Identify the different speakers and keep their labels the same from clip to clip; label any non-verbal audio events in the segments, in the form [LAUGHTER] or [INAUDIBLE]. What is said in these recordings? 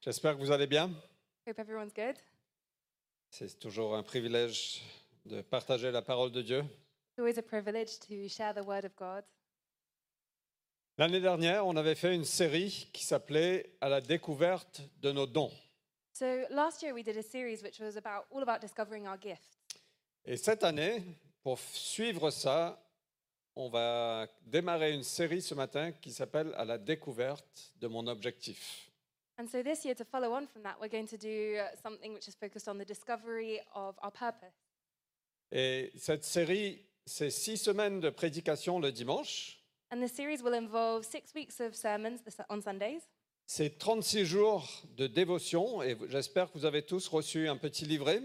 Speaker 1: J'espère que vous allez bien.
Speaker 2: Hope everyone's good.
Speaker 1: C'est toujours un privilège de partager la parole de Dieu.
Speaker 2: It's always a privilege to share the Word of God.
Speaker 1: L'année dernière, on avait fait une série qui s'appelait À la découverte de nos dons.
Speaker 2: So last year we did a series which was about all about discovering our gift.
Speaker 1: Et cette année, pour f- suivre ça, on va démarrer une série ce matin qui s'appelle À la découverte de mon objectif.
Speaker 2: And so this year, to follow on from that, we're going to do uh, something which is focused on the discovery of our purpose.
Speaker 1: Et cette série, c'est six semaines de prédication le dimanche.
Speaker 2: And the series will involve six weeks of sermons the Su- on Sundays.
Speaker 1: C'est 36 jours de dévotion et j'espère que vous avez tous reçu un petit livret.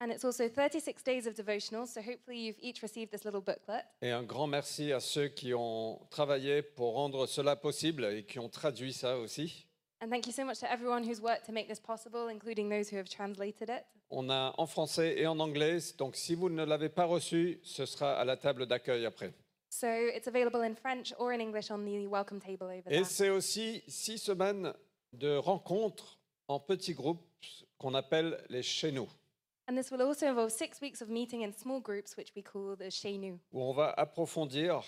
Speaker 2: And it's also 36 days of devotionals. So hopefully you've each received this little booklet.
Speaker 1: Et un grand merci à ceux qui ont travaillé pour rendre cela possible et qui ont traduit ça aussi.
Speaker 2: And thank you so much to everyone who's worked to make this possible, including those who have translated it.
Speaker 1: On a en français et en anglais, donc si vous ne l'avez pas reçu, ce sera à la table d'accueil après.
Speaker 2: So it's available in French or in English on the welcome table over
Speaker 1: Et
Speaker 2: there.
Speaker 1: c'est aussi six semaines de rencontres en petits groupes qu'on appelle les chez nous,
Speaker 2: And this will also involve six weeks of meeting in small groups, which we call the Shenu.
Speaker 1: où on va approfondir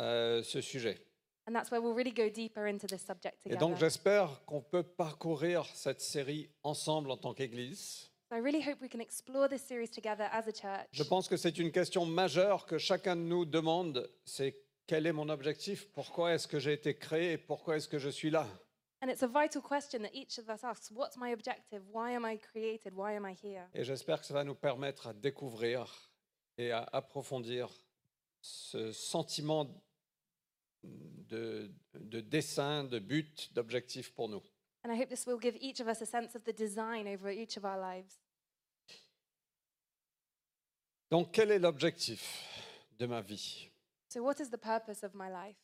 Speaker 1: euh, ce sujet.
Speaker 2: And that's where we'll really go deeper into this subject
Speaker 1: Et
Speaker 2: together.
Speaker 1: donc j'espère qu'on peut parcourir cette série ensemble en tant qu'Église.
Speaker 2: So I really hope we can explore this series together as a church.
Speaker 1: Je pense que c'est une question majeure que chacun de nous demande, c'est quel est mon objectif Pourquoi est-ce que j'ai été créé et Pourquoi est-ce que je suis là
Speaker 2: And it's a vital question that each of us asks what's my objective? Why am I created? Why am I here?
Speaker 1: Et j'espère que ça va nous permettre à découvrir et à approfondir ce sentiment de, de dessein, de but, d'objectif pour nous.
Speaker 2: And I hope this will give each of us a sense of the design over each of our lives.
Speaker 1: Donc quel est l'objectif de ma vie
Speaker 2: So, what is the purpose of my life?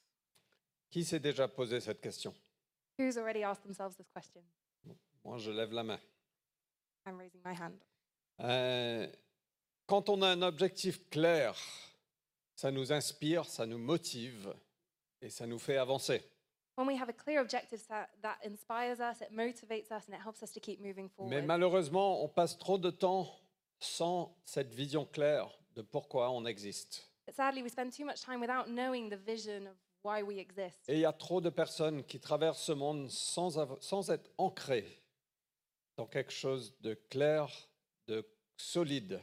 Speaker 1: Qui s'est déjà posé cette question
Speaker 2: Who's already asked themselves this question?
Speaker 1: Moi, je lève la main.
Speaker 2: I'm raising my hand.
Speaker 1: Euh, quand on a un objectif clair, ça nous inspire, ça nous motive et ça nous fait avancer.
Speaker 2: When we have a clear objective set, that inspires us, it motivates us, and it helps us to keep moving forward.
Speaker 1: Mais malheureusement, on passe trop de temps sans cette vision claire de pourquoi on existe.
Speaker 2: But sadly, we spend too much time without knowing the vision of why we exist.
Speaker 1: Et il y a trop de personnes qui traversent ce monde sans, av- sans être ancrées dans quelque chose de clair, de solide,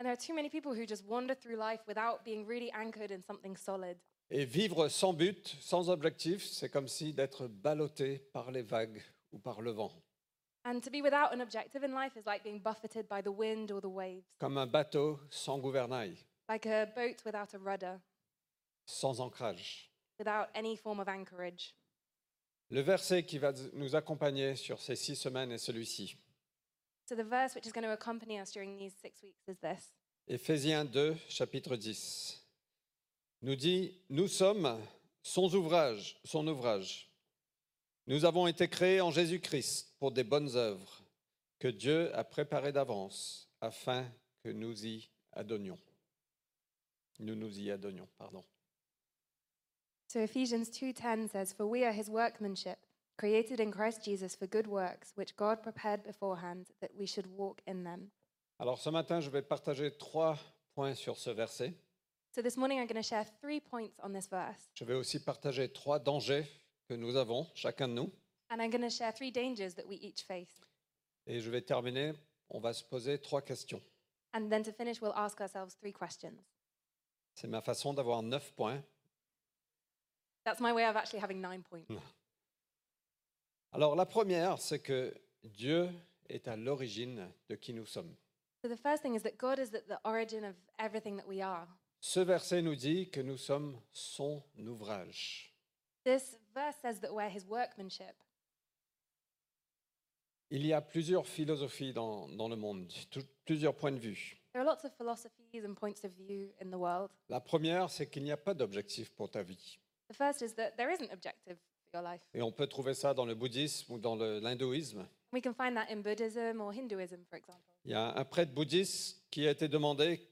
Speaker 2: And there are too many people who just wander through life without being really anchored in something solid.
Speaker 1: Et vivre sans but, sans objectif, c'est comme si d'être ballotté par les vagues ou par le vent,
Speaker 2: And to be without an objective in life is like being buffeted by the wind or the waves,
Speaker 1: comme un bateau sans gouvernail,
Speaker 2: like a boat without a rudder,
Speaker 1: sans ancrage.
Speaker 2: without any form of anchorage.
Speaker 1: Le verset qui va nous accompagner sur ces six semaines est celui-ci.
Speaker 2: So, the verse which is going to accompany us during these six weeks is this
Speaker 1: Éphésiens 2, chapitre 10, nous dit Nous sommes son ouvrage, son ouvrage. Nous avons été créés en Jésus-Christ pour des bonnes œuvres que Dieu a préparées d'avance afin que nous y adonnions. Nous nous y adonnions, pardon.
Speaker 2: So Ephesians 2:10 says, "For we are his workmanship, created in Christ Jesus for good works, which God prepared beforehand that we should walk in them."
Speaker 1: Alors ce matin, je vais partager trois points sur ce verset.
Speaker 2: So this morning I'm going to share three points on this verse,
Speaker 1: Je vais aussi partager trois dangers que nous avons, chacun de nous.
Speaker 2: and I'm going to share three dangers that we each face.
Speaker 1: Et je vais terminer, on va se poser trois questions.
Speaker 2: And then to finish we'll ask ourselves three questions.
Speaker 1: C'est ma façon d'avoir neuf points.
Speaker 2: That's my way of actually having 9 points.
Speaker 1: Alors la première, c'est que Dieu est à l'origine de qui nous sommes.
Speaker 2: So the first thing is that God is at the origin of everything that we are.
Speaker 1: Ce verset nous dit que nous sommes son ouvrage.
Speaker 2: This verse says that we're his workmanship.
Speaker 1: Il y a plusieurs philosophies dans, dans le monde, tout- plusieurs points de vue.
Speaker 2: There are lots of philosophies and points of view in the world.
Speaker 1: La première, c'est qu'il n'y a pas d'objectif pour ta vie.
Speaker 2: The first is that there isn't objective for your life.
Speaker 1: Et on peut trouver ça dans le bouddhisme ou dans le- l'hindouisme.
Speaker 2: We can find that in Buddhism or Hinduism, for example.
Speaker 1: Il y a un prêtre bouddhiste qui a été demandé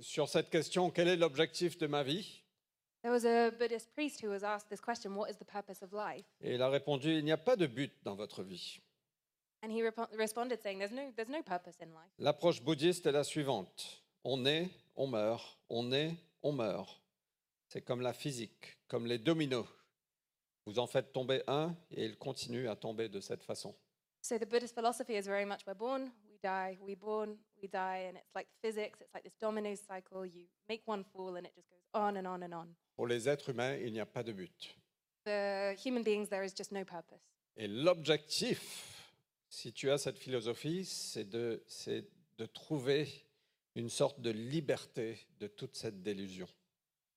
Speaker 1: sur cette question, quel est l'objectif de ma vie
Speaker 2: There was a Buddhist priest who was asked this question What is the purpose of life?
Speaker 1: Et il a répondu, il n'y a pas de but dans votre vie.
Speaker 2: And he repo- responded, saying, there's no, there's no purpose in life.
Speaker 1: L'approche bouddhiste est la suivante. On est, on meurt, on est, on meurt. C'est comme la physique, comme les dominos. Vous en faites tomber un et il continue à tomber de cette façon.
Speaker 2: So the Buddhist philosophy is very much we're born, we die, we born, we die, and it's like physics, it's like this domino cycle. You make one fall and it just goes on and on and on.
Speaker 1: Pour les êtres humains, il n'y a pas de but.
Speaker 2: For human beings, there is just no purpose.
Speaker 1: Et l'objectif, si tu as cette philosophie, c'est de, c'est de trouver une sorte de liberté de toute cette délusion.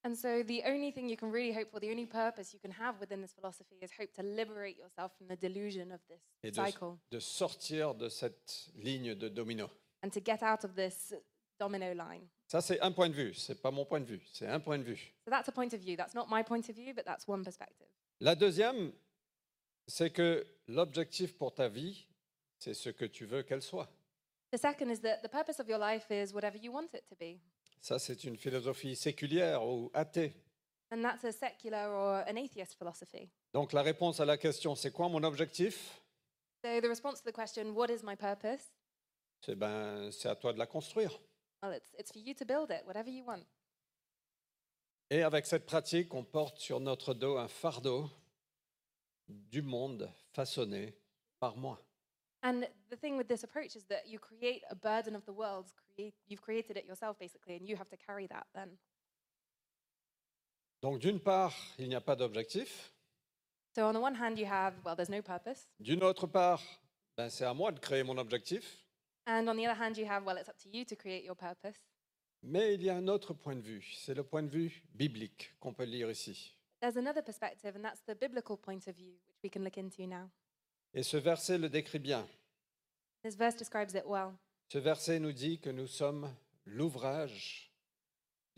Speaker 2: And so the only thing you can really hope for, the only purpose you can have within this philosophy is hope to liberate yourself from the delusion of
Speaker 1: Et
Speaker 2: this
Speaker 1: de,
Speaker 2: cycle
Speaker 1: de sortir de cette ligne de domino.
Speaker 2: and to get out of this domino line.
Speaker 1: Ça, c'est un point de vue. C'est pas mon point de vue. C'est un point de vue.
Speaker 2: So that's a point of view. That's not my point of view, but that's one perspective.
Speaker 1: La deuxième, c'est que l'objectif pour ta vie, c'est ce que tu veux qu'elle soit.
Speaker 2: The second is that the purpose of your life is whatever you want it to be.
Speaker 1: Ça, c'est une philosophie séculière ou athée.
Speaker 2: And that's a secular or an atheist philosophy.
Speaker 1: Donc, la réponse à la question, c'est quoi mon objectif
Speaker 2: So the response to the question, what is my purpose?
Speaker 1: C'est ben, c'est à toi de la construire.
Speaker 2: Well, it's, it's for you to build it, whatever you want.
Speaker 1: Et avec cette pratique, on porte sur notre dos un fardeau du monde façonné par moi.
Speaker 2: And the thing with this approach is that you create a burden of the world, create, you've created it yourself basically, and you have to carry that then.
Speaker 1: Donc, d'une part, il n'y a pas d'objectif.
Speaker 2: So on the one hand, you have, well, there's no purpose.
Speaker 1: D'une autre part, ben, c'est à moi de créer mon objectif.
Speaker 2: And on the other hand, you have, well, it's up to you to create your purpose.
Speaker 1: Mais il y a un autre point de vue, c'est le point de vue biblique qu'on peut lire ici.
Speaker 2: There's another perspective, and that's the biblical point of view, which we can look into now.
Speaker 1: Et ce verset le décrit bien.
Speaker 2: This verse describes it well.
Speaker 1: Ce verset nous dit que nous sommes l'ouvrage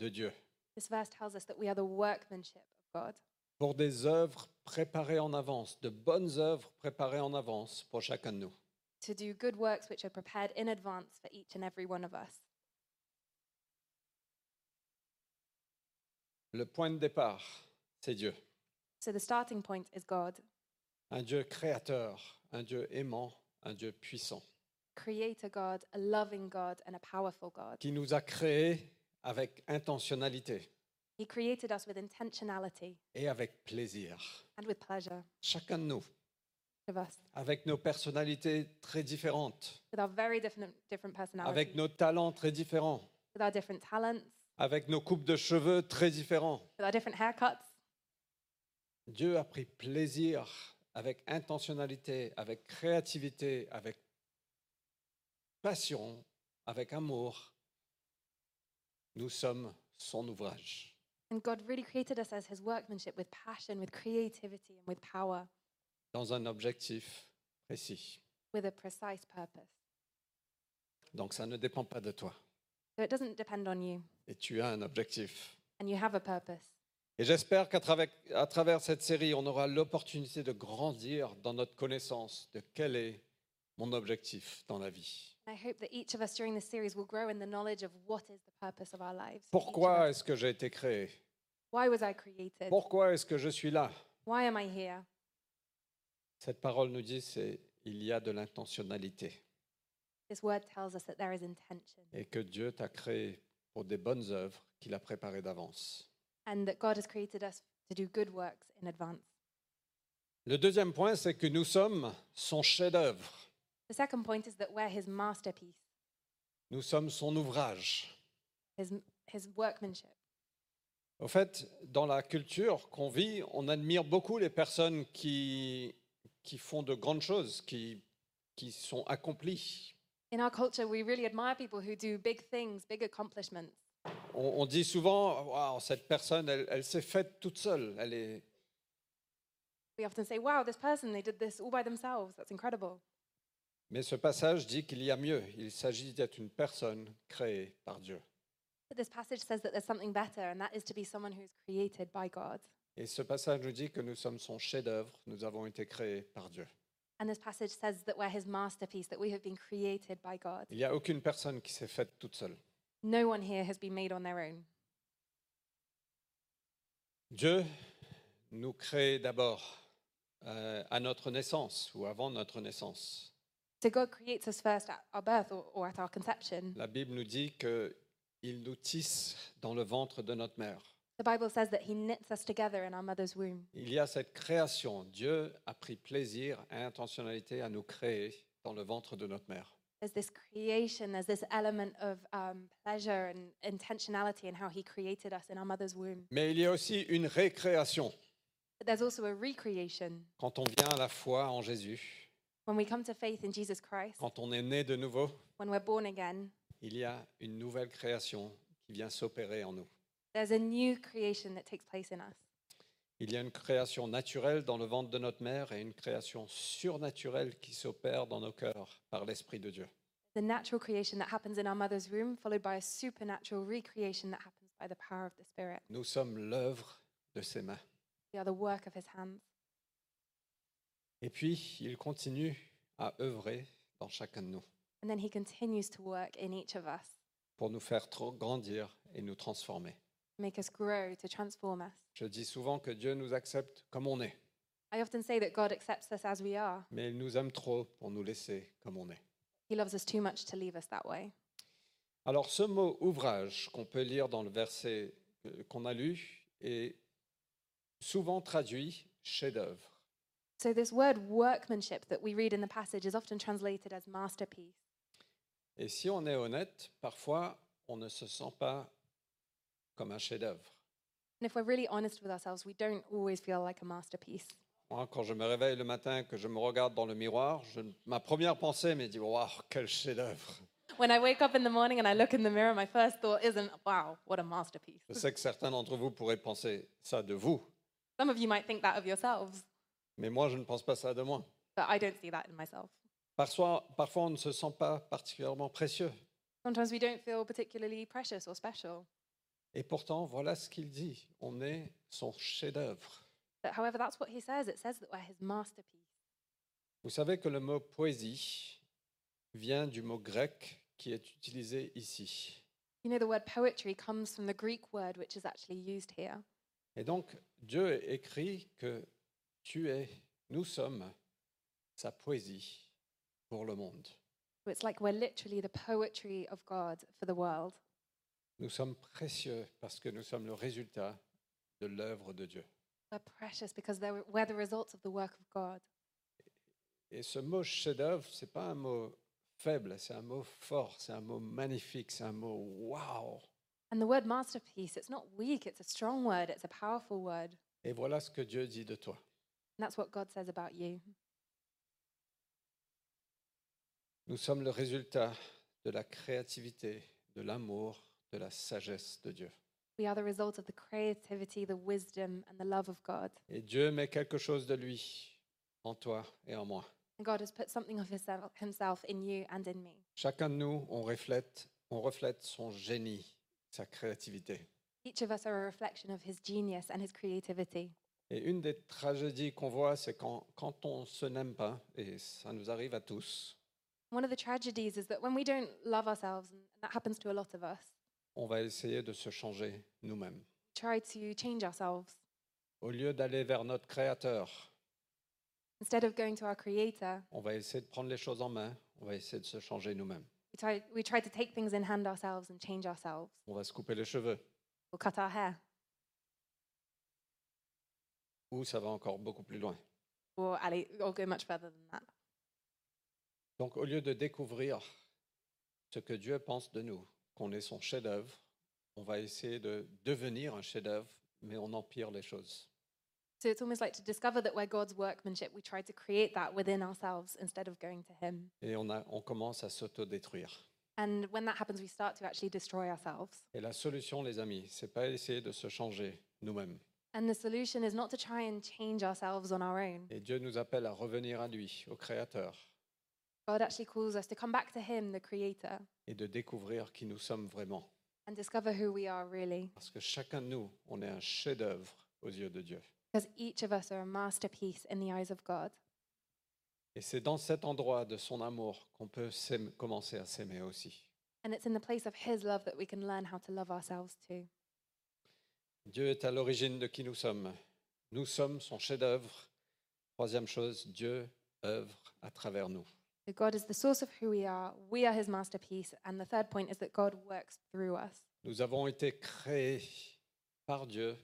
Speaker 1: de Dieu
Speaker 2: This verse tells us that we are the workmanship of God
Speaker 1: pour des œuvres préparées en avance, de bonnes œuvres préparées en avance pour chacun de nous.
Speaker 2: to do good works which are prepared in advance for each and every one of us.
Speaker 1: Le point de départ, c'est Dieu.
Speaker 2: So the starting point is God,
Speaker 1: Un Dieu créateur, un Dieu aimant, un Dieu puissant,
Speaker 2: creator God, a loving God, and a powerful God.
Speaker 1: qui nous a créés avec intentionnalité
Speaker 2: He created us with intentionality
Speaker 1: et avec plaisir.
Speaker 2: and with pleasure,
Speaker 1: Chacun de nous,
Speaker 2: each of us,
Speaker 1: avec nos personnalités très différentes,
Speaker 2: with our very different, different personalities,
Speaker 1: avec nos talents très différents,
Speaker 2: with our different talents,
Speaker 1: avec nos coupes de cheveux très différents.
Speaker 2: with our different haircuts.
Speaker 1: Dieu a pris plaisir avec intentionnalité, avec créativité, avec passion, avec amour. Nous sommes son ouvrage.
Speaker 2: And God really created us as his workmanship with passion, with creativity, and with power,
Speaker 1: dans un objectif précis.
Speaker 2: with a precise purpose.
Speaker 1: Donc ça ne dépend pas de toi.
Speaker 2: So it doesn't depend on you,
Speaker 1: Et tu as un objectif.
Speaker 2: and you have a purpose.
Speaker 1: Et j'espère qu'à travers, à travers cette série, on aura l'opportunité de grandir dans notre connaissance de quel est mon objectif dans la vie.
Speaker 2: I hope that each of us during this series will grow in the knowledge of what is the purpose of our lives. for each of
Speaker 1: Pourquoi
Speaker 2: us.
Speaker 1: est-ce que j'ai été créé
Speaker 2: Why was I created?
Speaker 1: Pourquoi est-ce que je suis là
Speaker 2: Why am I here?
Speaker 1: Cette parole nous dit c'est il y a de l'intentionnalité
Speaker 2: This word tells us that there is intention
Speaker 1: et que Dieu t'a créé pour des bonnes œuvres qu'il a préparées d'avance.
Speaker 2: and that God has created us to do good works in advance.
Speaker 1: Le deuxième point, c'est que nous sommes son chef-d'œuvre.
Speaker 2: The second point is that we're his masterpiece,
Speaker 1: Nous sommes son ouvrage.
Speaker 2: his, his workmanship.
Speaker 1: Au fait, dans la culture qu'on vit, on admire beaucoup les personnes qui, qui font de grandes choses, qui, qui sont accomplies.
Speaker 2: In our culture, we really admire people who do big things, big accomplishments.
Speaker 1: On, on dit souvent, Waouh, cette personne, elle, elle s'est faite toute seule. Elle est...
Speaker 2: We often say, wow, this person, they did this all by themselves. That's incredible.
Speaker 1: Mais ce passage dit qu'il y a mieux. Il s'agit d'être une personne créée par Dieu.
Speaker 2: But this passage says that there's something better, and that is to be someone who's created by God.
Speaker 1: Et ce passage nous dit que nous sommes son chef-d'œuvre, nous avons été créés par Dieu.
Speaker 2: And this passage says that we're his masterpiece, that we have been created by God.
Speaker 1: Il n'y a aucune personne qui s'est faite toute seule.
Speaker 2: No one here has been made on their own.
Speaker 1: Dieu nous crée d'abord euh, à notre naissance ou avant notre naissance.
Speaker 2: So God creates us first at our birth or, or at our conception.
Speaker 1: La Bible nous dit qu'il nous tisse dans le ventre de notre mère.
Speaker 2: The Bible says that He knits us together in our mother's womb.
Speaker 1: Il y a cette création. Dieu a pris plaisir et intentionnalité à nous créer dans le ventre de notre mère.
Speaker 2: There's this creation, there's this element of um, pleasure and intentionality in how He created us in our mother's womb.
Speaker 1: Mais il y a aussi une récréation
Speaker 2: But there's also a recreation
Speaker 1: quand on vient à la foi en Jésus,
Speaker 2: when we come to faith in Jesus Christ,
Speaker 1: quand on est né de nouveau.
Speaker 2: when we're born again.
Speaker 1: Il y a une nouvelle création qui vient s'opérer en nous.
Speaker 2: There's a new creation that takes place in us.
Speaker 1: Il y a une création naturelle dans le ventre de notre mère et une création surnaturelle qui s'opère dans nos cœurs par l'Esprit de Dieu.
Speaker 2: The natural creation that happens in our mother's womb, followed by a supernatural recreation that happens by the power of the Spirit.
Speaker 1: Nous sommes l'œuvre de ses mains.
Speaker 2: We are the work of His hands.
Speaker 1: Et puis, il continue à œuvrer dans chacun de nous
Speaker 2: And then He continues to work in each of us,
Speaker 1: pour nous faire tro- grandir et nous transformer.
Speaker 2: make us grow, to transform us.
Speaker 1: Je dis souvent que Dieu nous accepte comme on est,
Speaker 2: I often say that God accepts us as we are.
Speaker 1: mais il nous aime trop pour nous laisser comme on est.
Speaker 2: He loves us too much to leave us that way.
Speaker 1: Alors ce mot ouvrage qu'on peut lire dans le verset euh, qu'on a lu est souvent traduit chef-d'œuvre.
Speaker 2: So, this word workmanship that we read in the passage is often translated as masterpiece.
Speaker 1: Et si on est honnête, parfois on ne se sent pas comme un chef-d'œuvre.
Speaker 2: And if we're really honest with ourselves, we don't always feel like a masterpiece.
Speaker 1: Moi, quand je me réveille le matin, que je me regarde dans le miroir, je- ma première pensée me dit Waouh, quel chef-d'œuvre
Speaker 2: When I wake up in the morning and I look in the mirror, my first thought isn't, wow, what a masterpiece.
Speaker 1: Je sais que certains d'entre vous pourraient penser ça de vous,
Speaker 2: Some of you might think that of yourselves,
Speaker 1: mais moi je ne pense pas ça de moi.
Speaker 2: but I don't see that in myself.
Speaker 1: Parfois, parfois on ne se sent pas particulièrement précieux.
Speaker 2: Sometimes we don't feel particularly precious or special.
Speaker 1: Et pourtant, voilà ce qu'il dit on est son chef-d'œuvre.
Speaker 2: But however, that's what he says. It says that we're his masterpiece.
Speaker 1: Vous savez que le mot poésie vient du mot grec qui est utilisé ici.
Speaker 2: You know, the word poetry comes from the Greek word which is actually used here.
Speaker 1: Et donc, Dieu écrit que tu es, nous sommes sa poésie pour le monde.
Speaker 2: So it's like we're literally the poetry of God for the world.
Speaker 1: Nous sommes précieux parce que nous sommes le résultat de l'œuvre de Dieu.
Speaker 2: We're precious because they're, we're the results of the work of God.
Speaker 1: Et ce mot chef-d'œuvre, ce n'est pas un mot faible, c'est un mot fort, c'est un mot magnifique, c'est un mot waouh.
Speaker 2: And the word masterpiece, it's not weak, it's a strong word, it's a powerful word.
Speaker 1: Et voilà ce que Dieu dit de toi.
Speaker 2: And that's what God says about you.
Speaker 1: Nous sommes le résultat de la créativité, de l'amour, de la sagesse de Dieu.
Speaker 2: We are the result of the creativity, the wisdom, and the love of God.
Speaker 1: Et Dieu met quelque chose de lui en toi et en moi.
Speaker 2: And God has put something of hisself, Himself in you and in me.
Speaker 1: Chacun de nous, on reflète, on reflète son génie, sa créativité.
Speaker 2: Each of us are a reflection of His genius and His creativity.
Speaker 1: Et une des tragédies qu'on voit, c'est quand, quand on se n'aime pas, et ça nous arrive à tous,
Speaker 2: One of the tragedies is that when we don't love ourselves, and that happens to a lot of us,
Speaker 1: on va essayer de se changer nous-mêmes.
Speaker 2: we try to change ourselves.
Speaker 1: Au lieu d'aller vers notre Créateur,
Speaker 2: Instead of going to our Creator,
Speaker 1: on va essayer de prendre les choses en main, on va essayer de se changer nous-mêmes.
Speaker 2: we try, we try to take things in hand ourselves and change ourselves.
Speaker 1: On va se couper les cheveux,
Speaker 2: We'll cut our hair,
Speaker 1: ou ça va encore beaucoup plus loin.
Speaker 2: or, Ali, or go much further than that.
Speaker 1: Donc, au lieu de découvrir ce que Dieu pense de nous, qu'on est son chef-d'œuvre, on va essayer de devenir un chef-d'œuvre, mais on empire les choses.
Speaker 2: So it's almost like to discover that we're God's workmanship, we try to create that within ourselves instead of going to Him.
Speaker 1: Et on, a- on commence à s'autodétruire.
Speaker 2: And when that happens, we start to actually destroy ourselves.
Speaker 1: Et la solution, les amis, c'est pas essayer de se changer nous-mêmes.
Speaker 2: And the solution is not to try and change ourselves on our own.
Speaker 1: Et Dieu nous appelle à revenir à lui, au Créateur,
Speaker 2: God actually calls us to come back to Him, the Creator,
Speaker 1: et de découvrir qui nous sommes vraiment.
Speaker 2: and discover who we are really.
Speaker 1: Parce que chacun de nous, on est un chef-d'œuvre aux yeux de Dieu.
Speaker 2: Because each of us are a masterpiece in the eyes of God.
Speaker 1: Et c'est dans cet endroit de son amour qu'on peut s'aim- commencer à s'aimer aussi.
Speaker 2: And it's in the place of His love that we can learn how to love ourselves too.
Speaker 1: Dieu est à l'origine de qui nous sommes. Nous sommes son chef-d'œuvre. Troisième chose, Dieu œuvre à travers nous.
Speaker 2: So God is the source of who we are. We are his masterpiece. And the third point is that God works through us.
Speaker 1: Nous avons été créés par Dieu.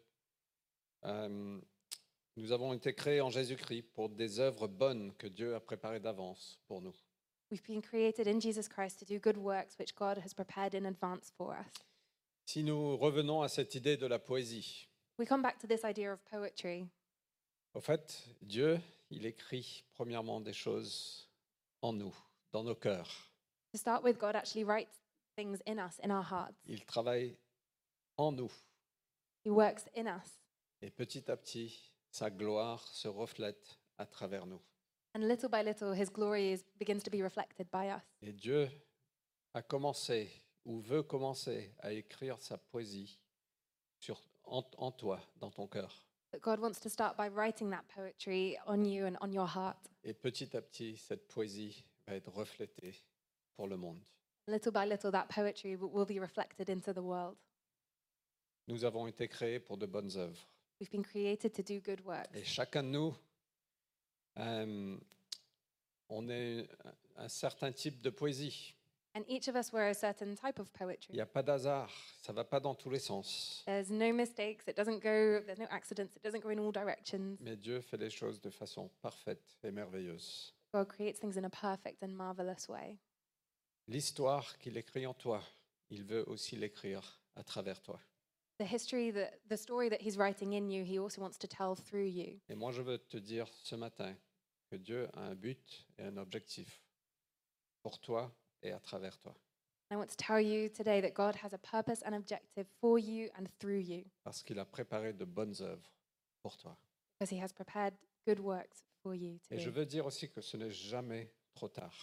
Speaker 1: Euh, nous avons été créés en Jésus-Christ pour des œuvres bonnes que Dieu a préparées d'avance pour nous.
Speaker 2: We've been created in Jesus Christ to do good works which God has prepared in advance for us.
Speaker 1: Si nous revenons à cette idée de la poésie,
Speaker 2: We come back to this idea of poetry.
Speaker 1: au fait, Dieu, il écrit premièrement des choses en nous, dans nos cœurs.
Speaker 2: To start with, God actually writes things in us, in our hearts.
Speaker 1: Il travaille en nous.
Speaker 2: He works in us.
Speaker 1: Et petit à petit, sa gloire se reflète à travers nous.
Speaker 2: And little by little, his glory is, begins to be reflected by us.
Speaker 1: Et Dieu a commencé ou veut commencer à écrire sa poésie sur, en, en toi, dans ton cœur.
Speaker 2: But God wants to start by writing that poetry on you and on your heart.
Speaker 1: Et petit à petit, cette poésie va être reflétée pour le monde.
Speaker 2: Little by little, that poetry w- will be reflected into the world.
Speaker 1: Nous avons été créés pour de bonnes œuvres.
Speaker 2: We've been created to do good works.
Speaker 1: Et chacun de nous, euh, on est un certain type de poésie.
Speaker 2: And each of us were a certain type of poetry.
Speaker 1: Il n'y a pas d'hasard, ça va pas dans tous les sens.
Speaker 2: There's no mistakes. It doesn't go, there's no accidents. It doesn't go in all directions.
Speaker 1: Mais Dieu fait les choses de façon parfaite et merveilleuse.
Speaker 2: God creates things in a perfect and marvelous way.
Speaker 1: L'histoire qu'il écrit en toi, il veut aussi l'écrire à travers toi.
Speaker 2: The history that the story that he's writing in you, he also wants to tell through you.
Speaker 1: Et moi, je veux te dire ce matin que Dieu a un but et un objectif pour toi et à travers toi.
Speaker 2: I want to tell you today that God has a purpose and objective for you and through you
Speaker 1: Parce qu'il a préparé de bonnes œuvres pour toi.
Speaker 2: because he has prepared good works for you
Speaker 1: Et
Speaker 2: today.
Speaker 1: je veux dire aussi que ce n'est jamais trop tard.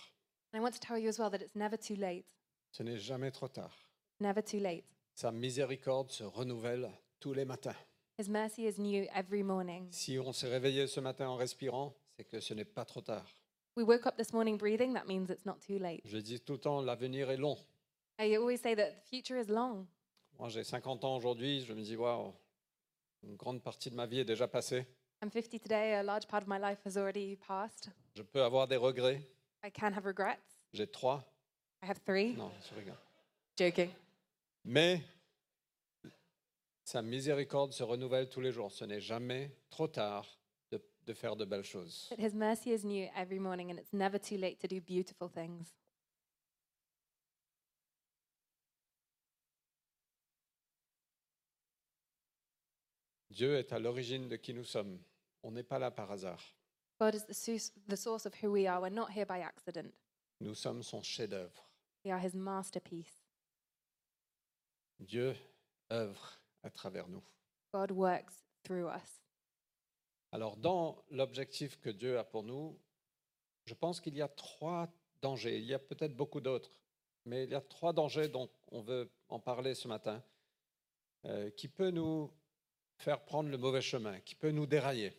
Speaker 2: And I want to tell you as well that it's never too late.
Speaker 1: Ce n'est jamais trop tard.
Speaker 2: Never too late.
Speaker 1: Sa miséricorde se renouvelle tous les matins.
Speaker 2: His mercy is new every morning.
Speaker 1: Si on s'est réveillé ce matin en respirant, c'est que ce n'est pas trop tard.
Speaker 2: We woke up this morning breathing, that means it's not too late.
Speaker 1: Je dis tout le temps, l'avenir est long.
Speaker 2: I always say that the future is long.
Speaker 1: Moi, j'ai 50 ans aujourd'hui, je me dis, waouh, une grande partie de ma vie est déjà passée.
Speaker 2: I'm 50 today, a large part of my life has already passed.
Speaker 1: Je peux avoir des regrets.
Speaker 2: I can have regrets.
Speaker 1: J'ai trois.
Speaker 2: I have three.
Speaker 1: Non, je rigole.
Speaker 2: Joking.
Speaker 1: Mais sa miséricorde se renouvelle tous les jours. Ce n'est jamais trop tard de, de faire de belles choses.
Speaker 2: But his mercy is new every morning, and it's never too late to do beautiful things.
Speaker 1: Dieu est à l'origine de qui nous sommes. On n'est pas là par hasard.
Speaker 2: God is the, source, the source of who we are. We're not here by accident.
Speaker 1: Nous sommes son chef-d'œuvre.
Speaker 2: We are his masterpiece.
Speaker 1: Dieu œuvre à travers nous.
Speaker 2: God works through us.
Speaker 1: Alors, dans l'objectif que Dieu a pour nous, je pense qu'il y a trois dangers. Il y a peut-être beaucoup d'autres, mais il y a trois dangers dont on veut en parler ce matin, euh, qui peut nous faire prendre le mauvais chemin, qui peut nous dérailler.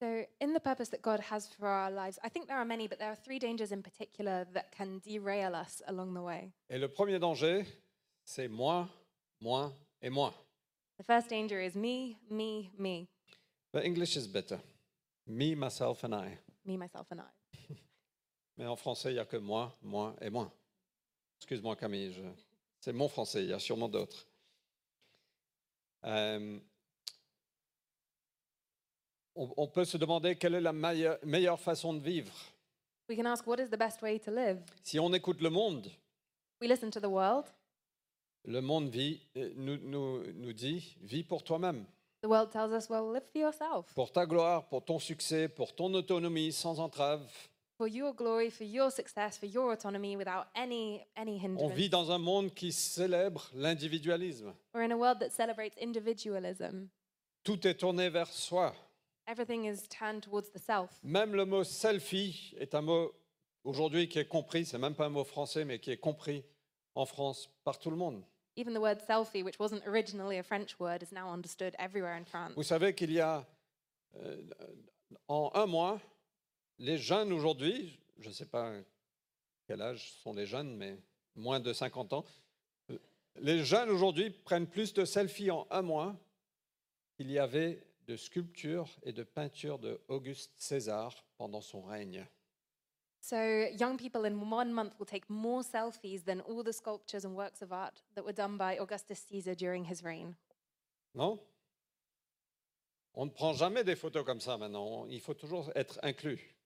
Speaker 2: So, in the purpose that God has for our lives, I think there are many, but there are three dangers in particular that can derail us along the way.
Speaker 1: Et le premier danger, c'est moi, moi et moi.
Speaker 2: The first danger is me, me, me,
Speaker 1: The English is better. Me, myself and I.
Speaker 2: me, myself, and I.
Speaker 1: Mais en français, il n'y a que moi, moi et moi. Excuse-moi Camille, je- c'est mon français, il y a sûrement d'autres. Euh, on, on peut se demander quelle est la maille- meilleure façon de vivre.
Speaker 2: We can ask, what is the best way to live?
Speaker 1: Si on écoute le monde,
Speaker 2: We listen to the world.
Speaker 1: le monde vit, euh, nous, nous- nous dit, vis pour toi-même,
Speaker 2: The world tells us, well, live for yourself,
Speaker 1: pour ta gloire, pour ton succès, pour ton autonomie sans entrave.
Speaker 2: for your glory, for your success, for your autonomy without any, any
Speaker 1: On
Speaker 2: hindrance.
Speaker 1: vit dans un monde qui célèbre l'individualisme.
Speaker 2: We're in a world that celebrates individualism.
Speaker 1: Tout est tourné vers soi.
Speaker 2: Everything is turned towards the self.
Speaker 1: Même le mot selfie est un mot aujourd'hui qui est compris, c'est même pas un mot français, mais qui est compris en France par tout le monde.
Speaker 2: Even the word selfie, which wasn't originally a French word, is now understood everywhere in France.
Speaker 1: Vous savez qu'il y a, euh, en un mois, les jeunes aujourd'hui, je ne sais pas quel âge sont les jeunes, mais moins de 50 ans, euh, les jeunes aujourd'hui prennent plus de selfies en un mois qu'il y avait de sculptures et de peintures de Auguste César pendant son règne.
Speaker 2: So, young people in one month will take more selfies than all the sculptures and works of art that were done by Augustus Caesar during his reign.
Speaker 1: Non On ne prend jamais des photos comme ça maintenant. On- Il faut toujours être inclus.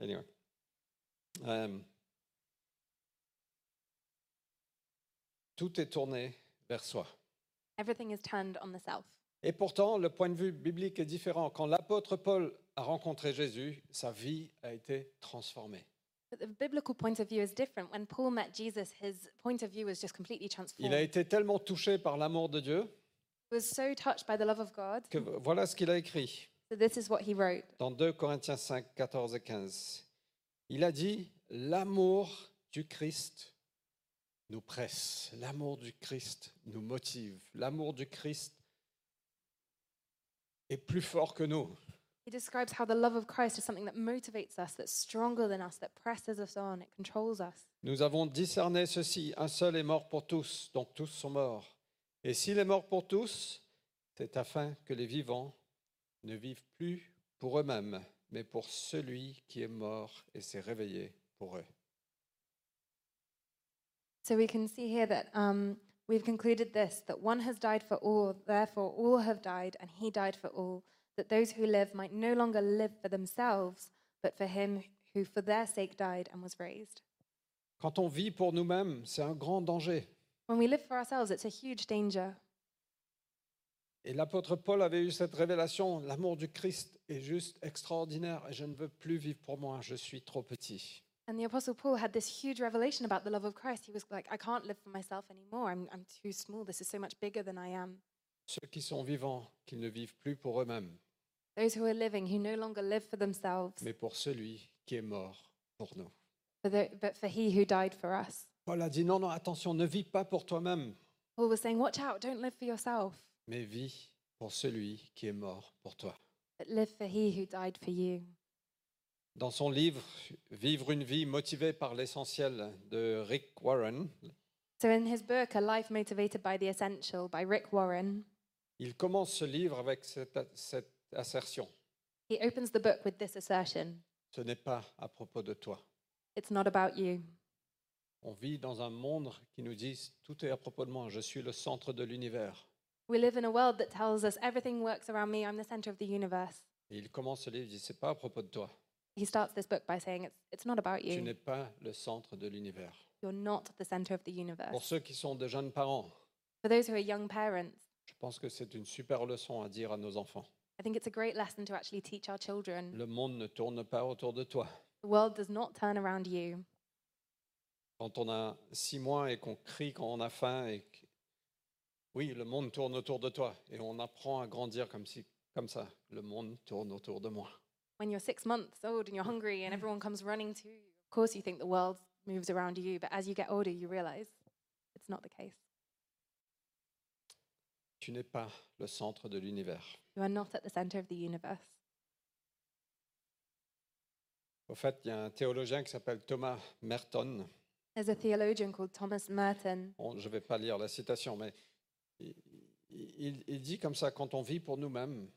Speaker 1: Anyway. Euh, tout est tourné vers soi.
Speaker 2: Everything is turned on the self.
Speaker 1: Et pourtant, le point de vue biblique est différent. Quand l'apôtre Paul a rencontré Jésus, sa vie a été transformée.
Speaker 2: But the biblical point of view is different. When Paul met Jesus, his point of view was just completely transformed.
Speaker 1: Il a été tellement touché par l'amour de Dieu
Speaker 2: He was so touched by the love of God.
Speaker 1: que voilà ce qu'il a écrit
Speaker 2: So, this is what he wrote.
Speaker 1: dans 2 Corinthiens 5, 14 et 15. Il a dit, l'amour du Christ nous presse, l'amour du Christ nous motive, l'amour du Christ est plus fort que nous.
Speaker 2: He describes how the love of Christ is something that motivates us, that's stronger than us, that presses us on, it controls us.
Speaker 1: Nous avons discerné ceci, un seul est mort pour tous, donc tous sont morts. Et s'il est mort pour tous, c'est afin que les vivants ne vivent plus pour eux-mêmes, mais pour celui qui est mort et s'est réveillé pour eux.
Speaker 2: So we can see here that um, we've concluded this that one has died for all, therefore all have died, and he died for all, that those who live might no longer live for themselves, but for him who for their sake died and was raised.
Speaker 1: Quand on vit pour nous-mêmes, c'est un grand danger.
Speaker 2: When we live for ourselves, it's a huge danger.
Speaker 1: Et l'apôtre Paul avait eu cette révélation, l'amour du Christ est juste extraordinaire et je ne veux plus vivre pour moi, je suis trop petit.
Speaker 2: And the Apostle Paul had this huge revelation about the love of Christ. He was like, I can't live for myself anymore. I'm, I'm too small. This is so much bigger than I am.
Speaker 1: Ceux qui sont vivants, qu'ils ne vivent plus pour eux-mêmes,
Speaker 2: Those who are living, who no longer live for themselves,
Speaker 1: mais pour celui qui est mort pour nous.
Speaker 2: for the, but for he who died for us.
Speaker 1: Paul a dit non, non, attention, ne vis pas pour toi-même,
Speaker 2: Paul was saying, Watch out, don't live for yourself,
Speaker 1: mais vis pour celui qui est mort pour toi.
Speaker 2: but live for he who died for you.
Speaker 1: Dans son livre Vivre une vie motivée par l'essentiel de Rick Warren,
Speaker 2: So, in his book, A Life Motivated by the Essential by Rick Warren,
Speaker 1: il commence ce livre avec cette, cette assertion.
Speaker 2: he opens the book with this assertion
Speaker 1: Ce n'est pas à propos de toi.
Speaker 2: It's not about you.
Speaker 1: On vit dans un monde qui nous dit tout est à propos de moi, je suis le centre de l'univers.
Speaker 2: We live in a world that tells us everything works around me, I'm the center of the universe.
Speaker 1: Et il commence ce livre, il dit c'est pas à propos de toi.
Speaker 2: He starts this book by saying, It's, it's not about
Speaker 1: Tu n'es
Speaker 2: you.
Speaker 1: pas le centre de l'univers.
Speaker 2: You're not the center of the
Speaker 1: Pour
Speaker 2: universe.
Speaker 1: ceux qui sont de jeunes parents,
Speaker 2: For those who are young parents,
Speaker 1: je pense que c'est une super leçon à dire à nos enfants.
Speaker 2: I think it's a great lesson to actually teach our children.
Speaker 1: Le monde ne tourne pas autour de toi.
Speaker 2: The world does not turn around you.
Speaker 1: Quand on a six mois et qu'on crie quand on a faim, et que- oui, le monde tourne autour de toi. Et on apprend à grandir comme, si, comme ça. Le monde tourne autour de moi.
Speaker 2: when you're six months old and you're hungry and everyone comes running to you, of course you think the world moves around you, but as you get older, you realize it's not the case.
Speaker 1: Tu n'es pas le centre de l'univers.
Speaker 2: You are not at the center of the universe.
Speaker 1: Au fait, il y a un théologien qui s'appelle Thomas Merton.
Speaker 2: There's a theologian called Thomas Merton.
Speaker 1: Bon, je ne vais pas lire la citation, mais il, il- il dit comme ça, quand on vit pour nous-mêmes,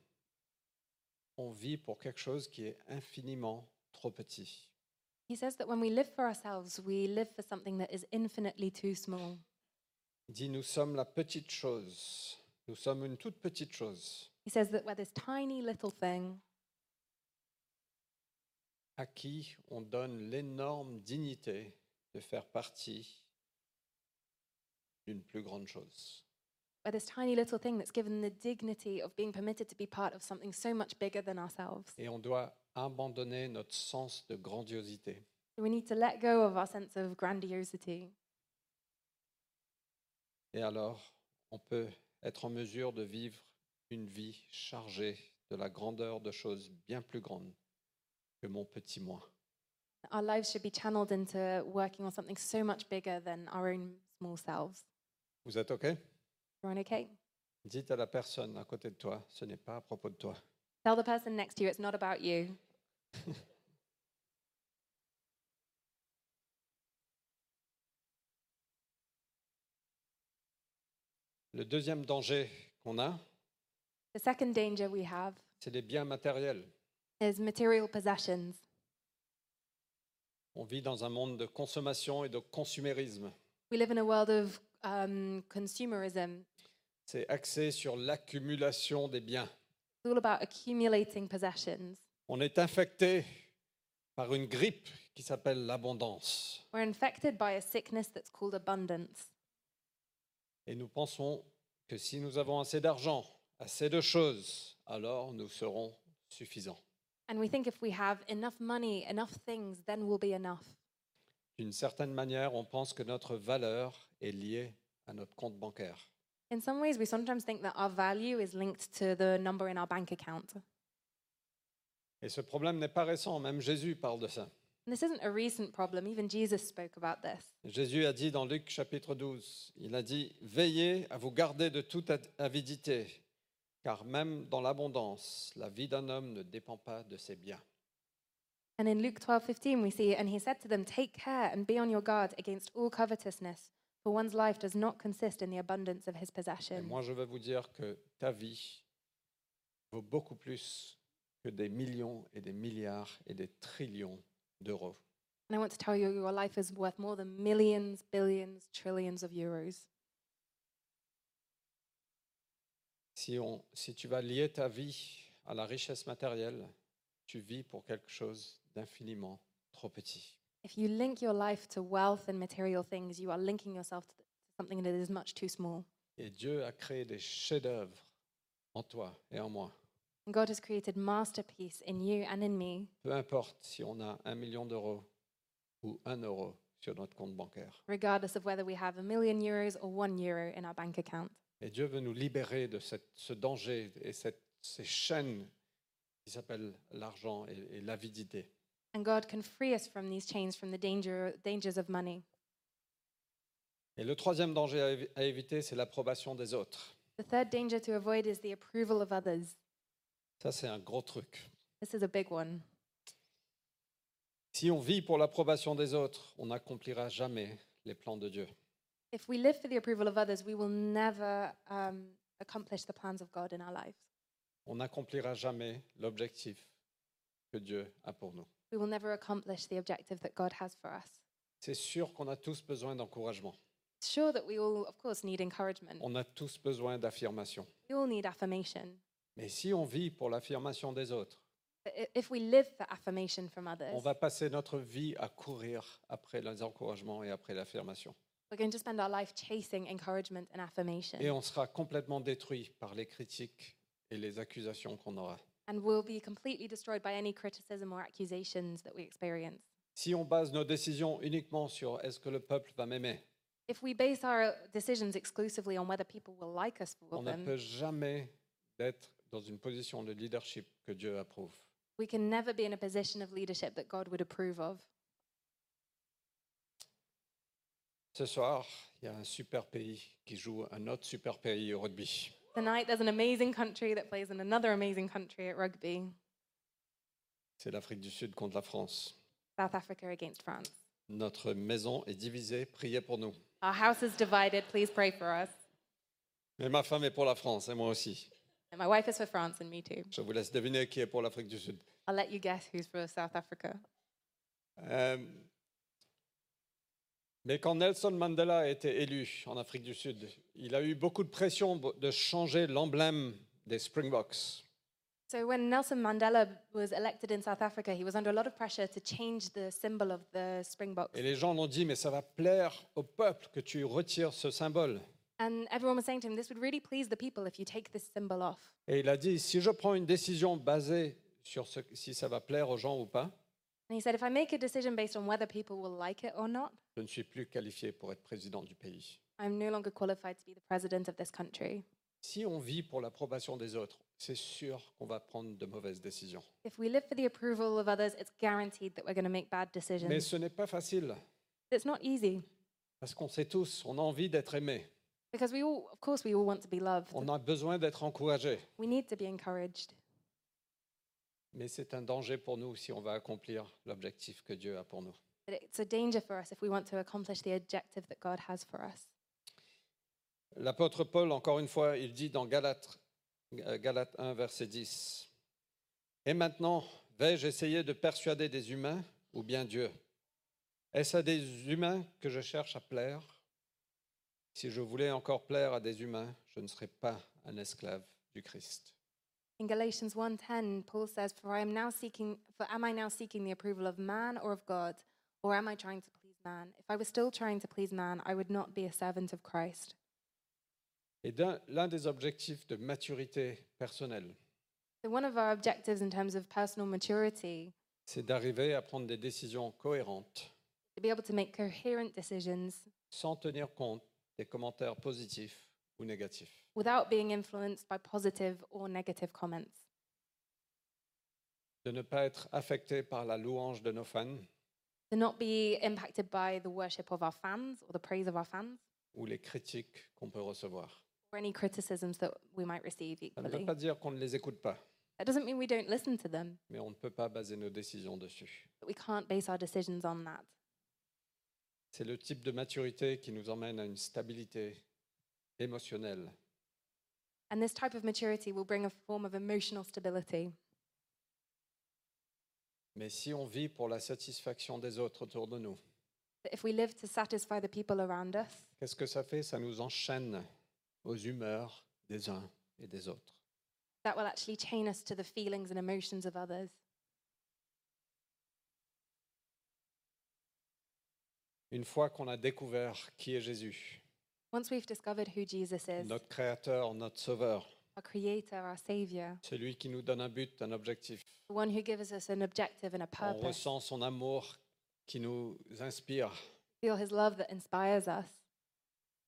Speaker 1: on vit pour quelque chose qui est infiniment trop petit.
Speaker 2: He says that when we live for ourselves, we live for something that is infinitely too small.
Speaker 1: Il dit Nous sommes la petite chose. Nous sommes une toute petite chose
Speaker 2: He says that we're this tiny little thing
Speaker 1: à qui on donne l'énorme dignité de faire partie d'une plus grande chose.
Speaker 2: we're this tiny little thing that's given the dignity of being permitted to be part of something so much bigger than ourselves.
Speaker 1: Et on doit abandonner notre sens de grandiosité.
Speaker 2: So we need to let go of our sense of grandiosity.
Speaker 1: Et alors, on peut être en mesure de vivre une vie chargée de la grandeur de choses bien plus grandes que mon petit moi.
Speaker 2: Our lives should be channeled into working on something so much bigger than our own small selves.
Speaker 1: Vous êtes OK
Speaker 2: Everyone okay?
Speaker 1: Dites à la personne à côté de toi, ce n'est pas à propos de toi.
Speaker 2: Tell the person next to you it's not about you.
Speaker 1: Le deuxième danger qu'on a,
Speaker 2: The second danger we have
Speaker 1: c'est les biens matériels.
Speaker 2: is material possessions.
Speaker 1: On vit dans un monde de consommation et de consumérisme.
Speaker 2: We live in a world of um, consumerism.
Speaker 1: C'est axé sur l'accumulation des biens.
Speaker 2: It's all about accumulating possessions.
Speaker 1: On est infecté par une grippe qui s'appelle l'abondance.
Speaker 2: We're infected by a sickness that's called abundance.
Speaker 1: Et nous pensons que si nous avons assez d'argent, assez de choses, alors nous serons suffisants.
Speaker 2: And we think if we have enough money, enough things, then we'll be enough.
Speaker 1: D'une certaine manière, on pense que notre valeur est liée à notre compte bancaire.
Speaker 2: In some ways, we sometimes think that our value is linked to the number in our bank account. And
Speaker 1: Et ce problème n'est pas récent, même Jésus parle de ça.
Speaker 2: this isn't a recent problem. Even Jesus spoke about this.
Speaker 1: Jésus a dit dans Luc chapitre 12, il a dit, Veillez à vous garder de toute ad- avidité, car même dans l'abondance, la vie d'un homme ne dépend pas de ses biens.
Speaker 2: And in Luke 12:15 we see, and he said to them, "Take care and be on your guard against all covetousness, for one's life does not consist in the abundance of his
Speaker 1: Et
Speaker 2: possession."
Speaker 1: moi, je veux vous dire que ta vie vaut beaucoup plus que des millions et des milliards et des trillions d'euros.
Speaker 2: And I want to tell you, your life is worth more than millions, billions, trillions of euros.
Speaker 1: Si, on- si tu vas lier ta vie à la richesse matérielle, tu vis pour quelque chose d'infiniment trop petit.
Speaker 2: If you link your life to wealth and material things, you are linking yourself to something that is much too small.
Speaker 1: Et Dieu a créé des chefs-d'œuvre en toi et en moi.
Speaker 2: And God has created masterpiece in you and in me.
Speaker 1: Peu importe si on a un million d'euros ou un euro sur notre compte bancaire.
Speaker 2: regardless of whether we have a million euros or one euro in our bank account.
Speaker 1: Et Dieu veut nous libérer de cette- ce danger et cette- ces chaînes qui s'appellent l'argent et, et l'avidité.
Speaker 2: And God can free us from these chains, from the danger, dangers of money.
Speaker 1: Et le troisième danger à évi- à éviter, c'est l'approbation des autres.
Speaker 2: The third danger to avoid is the approval of others.
Speaker 1: Ça, c'est un gros truc.
Speaker 2: This is a big one.
Speaker 1: Si on vit pour l'approbation des autres, on n'accomplira jamais les plans de Dieu.
Speaker 2: If we live for the approval of others, we will never um, accomplish the plans of God in our lives.
Speaker 1: On n'accomplira jamais l'objectif que Dieu a pour nous.
Speaker 2: We will never accomplish the objective that God has for us.
Speaker 1: C'est sûr qu'on a tous besoin d'encouragement.
Speaker 2: Sure that we all, of course, need encouragement.
Speaker 1: On a tous besoin d'affirmation.
Speaker 2: We all need affirmation.
Speaker 1: Mais si on vit pour l'affirmation des autres,
Speaker 2: But i- if we live for affirmation from others,
Speaker 1: on va passer notre vie à courir après les encouragements et après l'affirmation.
Speaker 2: we're going to spend our life chasing encouragement and affirmation.
Speaker 1: Et on sera complètement détruit par les critiques et les accusations qu'on aura.
Speaker 2: and will be completely destroyed by any criticism or accusations that we experience.
Speaker 1: Si on base nos décisions uniquement sur est-ce que le peuple va m'aimer,
Speaker 2: If we base our decisions exclusively on whether people will like us for
Speaker 1: on ne
Speaker 2: them,
Speaker 1: peut jamais être dans une position de leadership que Dieu approuve.
Speaker 2: we can never be in a position of leadership that God would approve of.
Speaker 1: Ce soir, il y a un super pays qui joue un autre super pays au rugby.
Speaker 2: Tonight, there's an amazing country that plays in another amazing country at rugby
Speaker 1: C'est l'Afrique du Sud contre la France.
Speaker 2: South Africa against France.
Speaker 1: Notre maison est divisée, priez pour nous.
Speaker 2: Our house is divided. Please pray for us.
Speaker 1: Mais ma femme est pour la France et moi aussi.
Speaker 2: And my wife is for France, and me too.
Speaker 1: Je vous laisse deviner qui est pour l'Afrique du Sud.
Speaker 2: I'll let you guess who's for South Africa.
Speaker 1: Euh, mais quand Nelson Mandela a été élu en Afrique du Sud, il a eu beaucoup de pression bo- de changer l'emblème des Springboks.
Speaker 2: So, when Nelson Mandela was elected in South Africa, he was under a lot of pressure to change the symbol of the Springboks.
Speaker 1: Et les gens l'ont dit, mais ça va plaire au peuple que tu retires ce symbole.
Speaker 2: And everyone was saying to him, This would really please the people if you take this symbol off.
Speaker 1: Et il a dit, si je prends une décision basée sur ce, si ça va plaire aux gens ou pas,
Speaker 2: And he said, If I make a decision based on whether people will like it or not,
Speaker 1: je ne suis plus qualifié pour être président du pays.
Speaker 2: I'm no longer qualified to be the president of this country.
Speaker 1: Si on vit pour l'approbation des autres, c'est sûr qu'on va prendre de mauvaises décisions.
Speaker 2: If we live for the approval of others, it's guaranteed that we're going to make bad
Speaker 1: Mais
Speaker 2: decisions.
Speaker 1: ce n'est pas facile,
Speaker 2: It's not easy
Speaker 1: parce qu'on sait tous, on a envie d'être aimé.
Speaker 2: because we all, of course, we all want to be loved.
Speaker 1: On a besoin d'être encouragé,
Speaker 2: We need to be encouraged.
Speaker 1: mais c'est un danger pour nous si on va accomplir l'objectif que Dieu a pour nous.
Speaker 2: But it's a danger for us if we want to accomplish the objective that God has for us.
Speaker 1: L'apôtre Paul, encore une fois, il dit dans Galates, euh, Galates 1, verset 10, Et maintenant, vais-je essayer de persuader des humains ou bien Dieu Est-ce à des humains que je cherche à plaire Si je voulais encore plaire à des humains, je ne serais pas un esclave du Christ.
Speaker 2: In Galatians 1:10, Paul says, "For I am now seeking for am I now seeking the approval of man or of God, or am I trying to please man? If I was still trying to please man, I would not be a servant of Christ."
Speaker 1: Et d'un- l'un des objectifs de maturité personnelle,
Speaker 2: So one of our objectives in terms of personal maturity
Speaker 1: c'est d'arriver à prendre des décisions cohérentes
Speaker 2: to be able to make coherent decisions
Speaker 1: sans tenir compte des commentaires positifs ou négatifs.
Speaker 2: without being influenced by positive or negative comments,
Speaker 1: De ne pas être affecté par la louange de nos fans
Speaker 2: to not be impacted by the worship of our fans or the praise of our fans
Speaker 1: ou les critiques qu'on peut recevoir.
Speaker 2: or any criticisms that we might receive
Speaker 1: Ça ne veut
Speaker 2: equally.
Speaker 1: pas dire qu'on ne les écoute pas,
Speaker 2: That doesn't mean we don't listen to them,
Speaker 1: mais on ne peut pas baser nos décisions dessus.
Speaker 2: but we can't base our decisions on that.
Speaker 1: C'est le type de maturité qui nous emmène à une stabilité émotionnelle
Speaker 2: And this type of maturity will bring a form of emotional stability.
Speaker 1: Mais si on vit pour la satisfaction des autres autour de nous,
Speaker 2: That if we live to satisfy the people around us,
Speaker 1: qu'est-ce que ça fait Ça nous enchaîne aux humeurs des uns et des autres.
Speaker 2: that will actually chain us to the feelings and emotions of others.
Speaker 1: Une fois qu'on a découvert qui est Jésus,
Speaker 2: Once we've discovered who Jesus is,
Speaker 1: notre Créateur, notre Sauveur,
Speaker 2: our Creator, our Savior,
Speaker 1: celui qui nous donne un but, un objectif,
Speaker 2: the one who gives us an objective and a
Speaker 1: on
Speaker 2: purpose,
Speaker 1: ressent son amour qui nous inspire.
Speaker 2: feel His love that inspires us.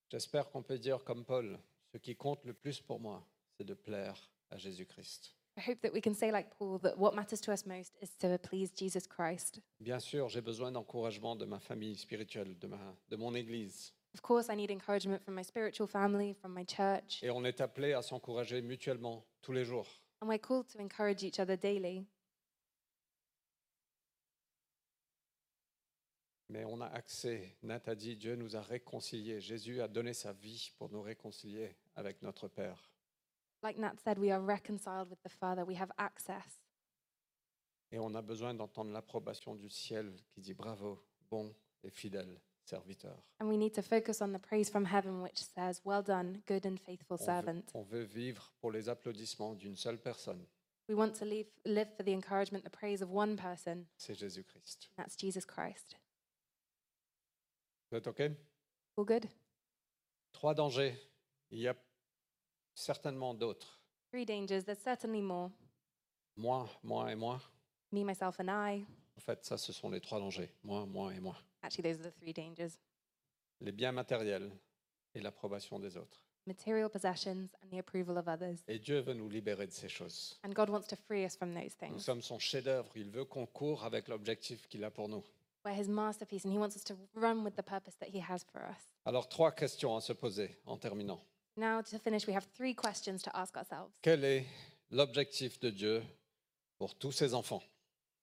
Speaker 1: J'espère qu'on peut dire comme Paul, ce qui compte le plus pour moi, c'est de plaire à Jésus-Christ.
Speaker 2: I hope that we can say, like Paul, that what matters to us most is to please Jesus Christ.
Speaker 1: Bien sûr, j'ai besoin d'encouragement de ma famille spirituelle, de, ma, de mon Église.
Speaker 2: Of course, I need encouragement from my spiritual family, from my church,
Speaker 1: Et on est appelé à s'encourager mutuellement tous les jours.
Speaker 2: and we're called to encourage each other daily.
Speaker 1: Mais on a accès. Nat a dit Dieu nous a réconciliés. Jésus a donné sa vie pour nous réconcilier avec notre Père.
Speaker 2: Like Nat said, we are reconciled with the Father. We have access.
Speaker 1: Et on a besoin d'entendre l'approbation du ciel qui dit bravo, bon et fidèle serviteur.
Speaker 2: And we need to focus on the praise from heaven, which says, Well done, good and faithful
Speaker 1: On veut-
Speaker 2: servant.
Speaker 1: on veut vivre pour les applaudissements d'une seule personne,
Speaker 2: We want to leave, live for the encouragement, the praise of one person, and
Speaker 1: c'est Jésus-Christ.
Speaker 2: that's Jesus Christ.
Speaker 1: Vous êtes OK
Speaker 2: All good?
Speaker 1: Trois dangers. Il y a certainement d'autres.
Speaker 2: Three dangers. There's certainly more.
Speaker 1: Moi, moi et moi.
Speaker 2: Me, myself, and I.
Speaker 1: En fait, ça, ce sont les trois dangers. Moi, moi et moi.
Speaker 2: Actually, those are the three dangers
Speaker 1: les biens matériels et l'approbation des autres.
Speaker 2: material possessions and the approval of others.
Speaker 1: Et Dieu veut nous libérer de ces choses.
Speaker 2: And God wants to free us from those
Speaker 1: Nous
Speaker 2: things.
Speaker 1: sommes son chef-d'œuvre. Il veut qu'on court avec l'objectif qu'il a pour nous.
Speaker 2: We're His masterpiece, and He wants us to run with the purpose that He has for us.
Speaker 1: Alors, trois questions à se poser en terminant.
Speaker 2: Now, to finish, we have three questions to ask ourselves
Speaker 1: Quel est l'objectif de Dieu pour tous ses enfants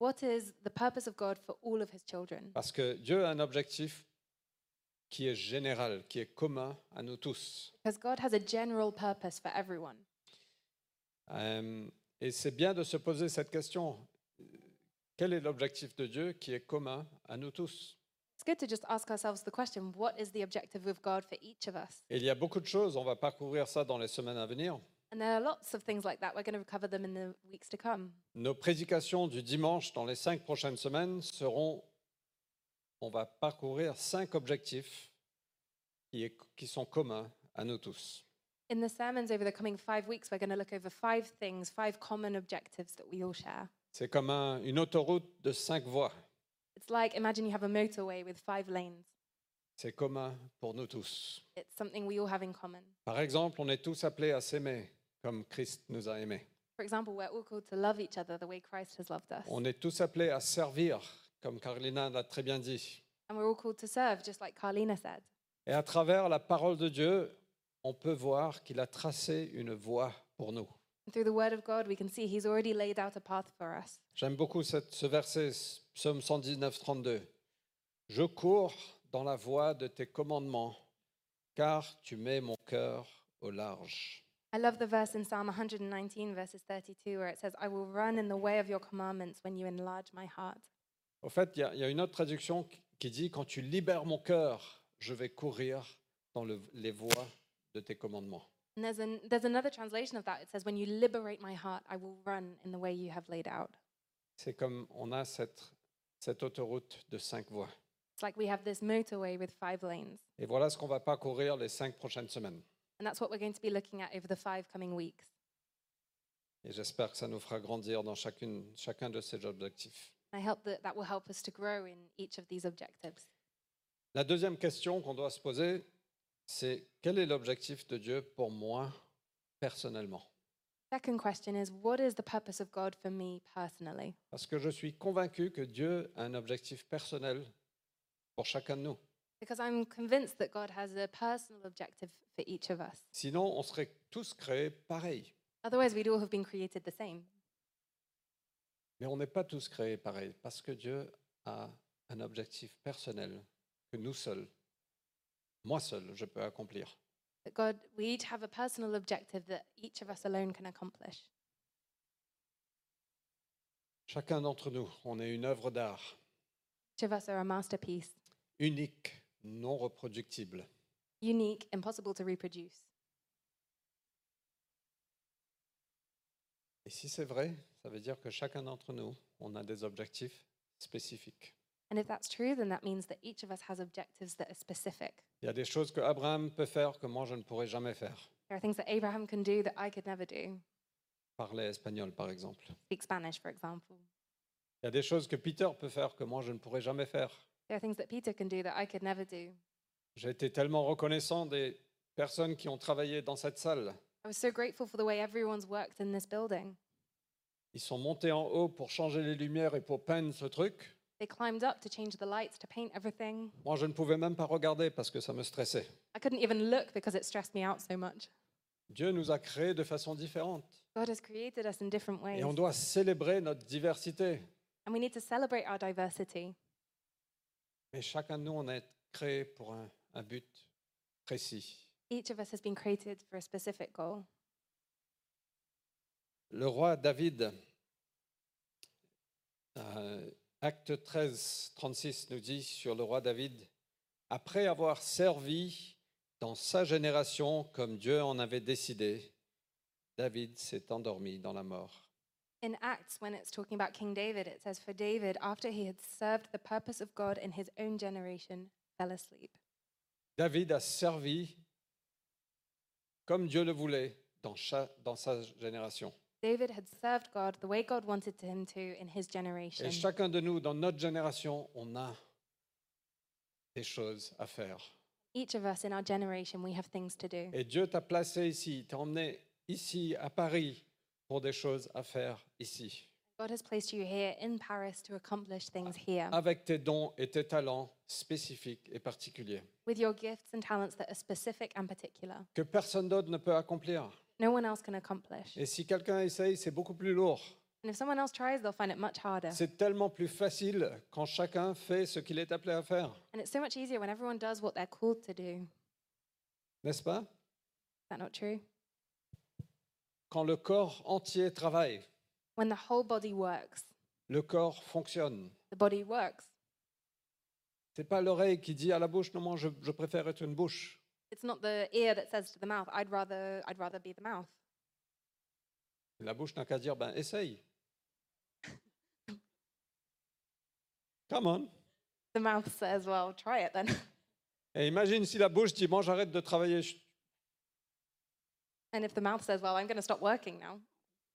Speaker 2: What is the purpose of God for all of His children?
Speaker 1: Parce que Dieu a un objectif qui est général, qui est commun à nous tous.
Speaker 2: Because God has a general purpose for everyone.
Speaker 1: Euh, et c'est bien de se poser cette question. Quel est l'objectif de Dieu qui est commun à nous tous
Speaker 2: It's good to just ask ourselves the question what is the objective of God for each of us?
Speaker 1: Et il y a beaucoup de choses, on va parcourir ça dans les semaines à venir.
Speaker 2: And there are lots of things like that. We're going to cover them in the weeks to come.
Speaker 1: Nos prédications du dimanche dans les cinq prochaines semaines seront, on va parcourir cinq objectifs qui, est- qui sont communs à nous tous.
Speaker 2: In the sermons over the coming five weeks, we're going to look over five things, five common objectives that we all share.
Speaker 1: C'est comme un- une autoroute de cinq voies.
Speaker 2: It's like imagine you have a motorway with five lanes.
Speaker 1: C'est commun pour nous tous.
Speaker 2: It's something we all have in common.
Speaker 1: Par exemple, on est tous appelés à s'aimer comme Christ nous a aimés.
Speaker 2: For example, we're all called to love each other the way Christ has loved us.
Speaker 1: On est tous appelés à servir comme Carlina l'a très bien dit.
Speaker 2: And we're all called to serve, just like Carlina said.
Speaker 1: Et à travers la parole de Dieu, on peut voir qu'il a tracé une voie pour nous.
Speaker 2: And through the word of God, we can see He's already laid out a path for us.
Speaker 1: J'aime beaucoup cette- ce verset, Psaume 119, 32. Je cours dans la voie de tes commandements, car tu mets mon cœur au large.
Speaker 2: I love the verse in Psalm 119, verses 32, where it says, I will run in the way of your commandments when you enlarge my heart.
Speaker 1: Au fait, il y, a- il y a une autre traduction qui- qui dit, quand tu libères mon cœur, je vais courir dans le- les voies de tes commandements.
Speaker 2: And there's, an, there's another translation of that. It says, When you liberate my heart, I will run in the way you have laid out.
Speaker 1: C'est comme on a cette, cette autoroute de cinq voies.
Speaker 2: It's like we have this motorway with five lanes.
Speaker 1: Et voilà ce qu'on va parcourir les cinq prochaines semaines.
Speaker 2: And that's what we're going to be looking at over the five coming weeks.
Speaker 1: Et j'espère que ça nous fera grandir dans chacune, chacun de ces objectifs.
Speaker 2: And I hope that that will help us to grow in each of these objectives.
Speaker 1: La deuxième question qu'on doit se poser, c'est quel est l'objectif de Dieu pour moi personnellement
Speaker 2: Second question is, What is the purpose of God for me personally?
Speaker 1: Parce que je suis convaincu que Dieu a un objectif personnel pour chacun de nous.
Speaker 2: Because I'm convinced that God has a personal objective for each of us.
Speaker 1: Sinon, on serait tous créés pareils.
Speaker 2: Otherwise, we'd all have been created the same.
Speaker 1: Mais on n'est pas tous créés pareils parce que Dieu a un objectif personnel que nous seuls, moi seul, je peux accomplir.
Speaker 2: That God, we each have a personal objective that each of us alone can accomplish.
Speaker 1: Chacun d'entre nous, on est une œuvre d'art
Speaker 2: Each of us are a masterpiece,
Speaker 1: unique, non reproductible.
Speaker 2: unique, impossible to reproduce.
Speaker 1: Et si c'est vrai, ça veut dire que chacun d'entre nous, on a des objectifs spécifiques.
Speaker 2: And if that's true, then that means that each of us has objectives that are specific.
Speaker 1: Il y a des choses que Abraham peut faire que moi je ne pourrais jamais faire.
Speaker 2: There are things that Abraham can do that I could never do.
Speaker 1: Parler espagnol, par exemple.
Speaker 2: Speak Spanish, for example.
Speaker 1: Il y a des choses que Peter peut faire que moi je ne pourrais jamais faire.
Speaker 2: There are things that Peter can do that I could never do.
Speaker 1: J'ai été tellement reconnaissant des personnes qui ont travaillé dans cette salle.
Speaker 2: I was so grateful for the way everyone's worked in this building.
Speaker 1: Ils sont montés en haut pour changer les lumières et pour peindre ce truc.
Speaker 2: They climbed up to change the lights, to paint everything.
Speaker 1: Moi, je ne pouvais même pas regarder parce que ça me stressait.
Speaker 2: I couldn't even look because it stressed me out so much.
Speaker 1: Dieu nous a créés de façon différente.
Speaker 2: God has created us in different ways,
Speaker 1: Et on doit célébrer notre diversité.
Speaker 2: and we need to celebrate our diversity.
Speaker 1: Mais chacun de nous, on est créé pour un, un but précis.
Speaker 2: Each of us has been created for a specific goal.
Speaker 1: Le roi David, euh, acte 13, 36 nous dit sur le roi David, après avoir servi dans sa génération comme Dieu en avait décidé, David s'est endormi dans la mort.
Speaker 2: In Acts, when it's talking about King David, it says, For David, after he had served the purpose of God in his own generation, fell asleep.
Speaker 1: David a servi comme Dieu le voulait dans, cha- dans sa génération.
Speaker 2: David had served God the way God wanted to him to in his generation.
Speaker 1: Et chacun de nous, dans notre génération, on a des choses à faire.
Speaker 2: Each of us in our generation, we have things to do.
Speaker 1: Et Dieu t'a placé ici, t'a emmené ici, à Paris, pour des choses à faire ici.
Speaker 2: God has placed you here in Paris to accomplish things here
Speaker 1: Avec tes dons et tes talents spécifiques et particuliers,
Speaker 2: with your gifts and talents that are specific and particular.
Speaker 1: que personne d'autre ne peut accomplir.
Speaker 2: No one else can accomplish.
Speaker 1: Et si quelqu'un essaye, c'est beaucoup plus lourd.
Speaker 2: And if someone else tries, they'll find it much harder.
Speaker 1: C'est tellement plus facile quand chacun fait ce qu'il est appelé à faire,
Speaker 2: And it's so much easier when everyone does what they're called to do. Is
Speaker 1: n'est-ce pas
Speaker 2: that not true?
Speaker 1: Quand le corps entier travaille,
Speaker 2: When the whole body works,
Speaker 1: le corps fonctionne.
Speaker 2: the body works.
Speaker 1: C'est pas l'oreille qui dit à la bouche non, moi je, je préfère être une bouche.
Speaker 2: It's not the ear that says to the mouth, I'd rather, I'd rather be the mouth.
Speaker 1: La bouche n'a qu'à dire ben essaye. Come on.
Speaker 2: The mouth [LAUGHS] says, well, try it then. [LAUGHS]
Speaker 1: Et imagine si la bouche dit moi j'arrête de travailler. je-
Speaker 2: and if the mouth says, well, I'm going to stop working now,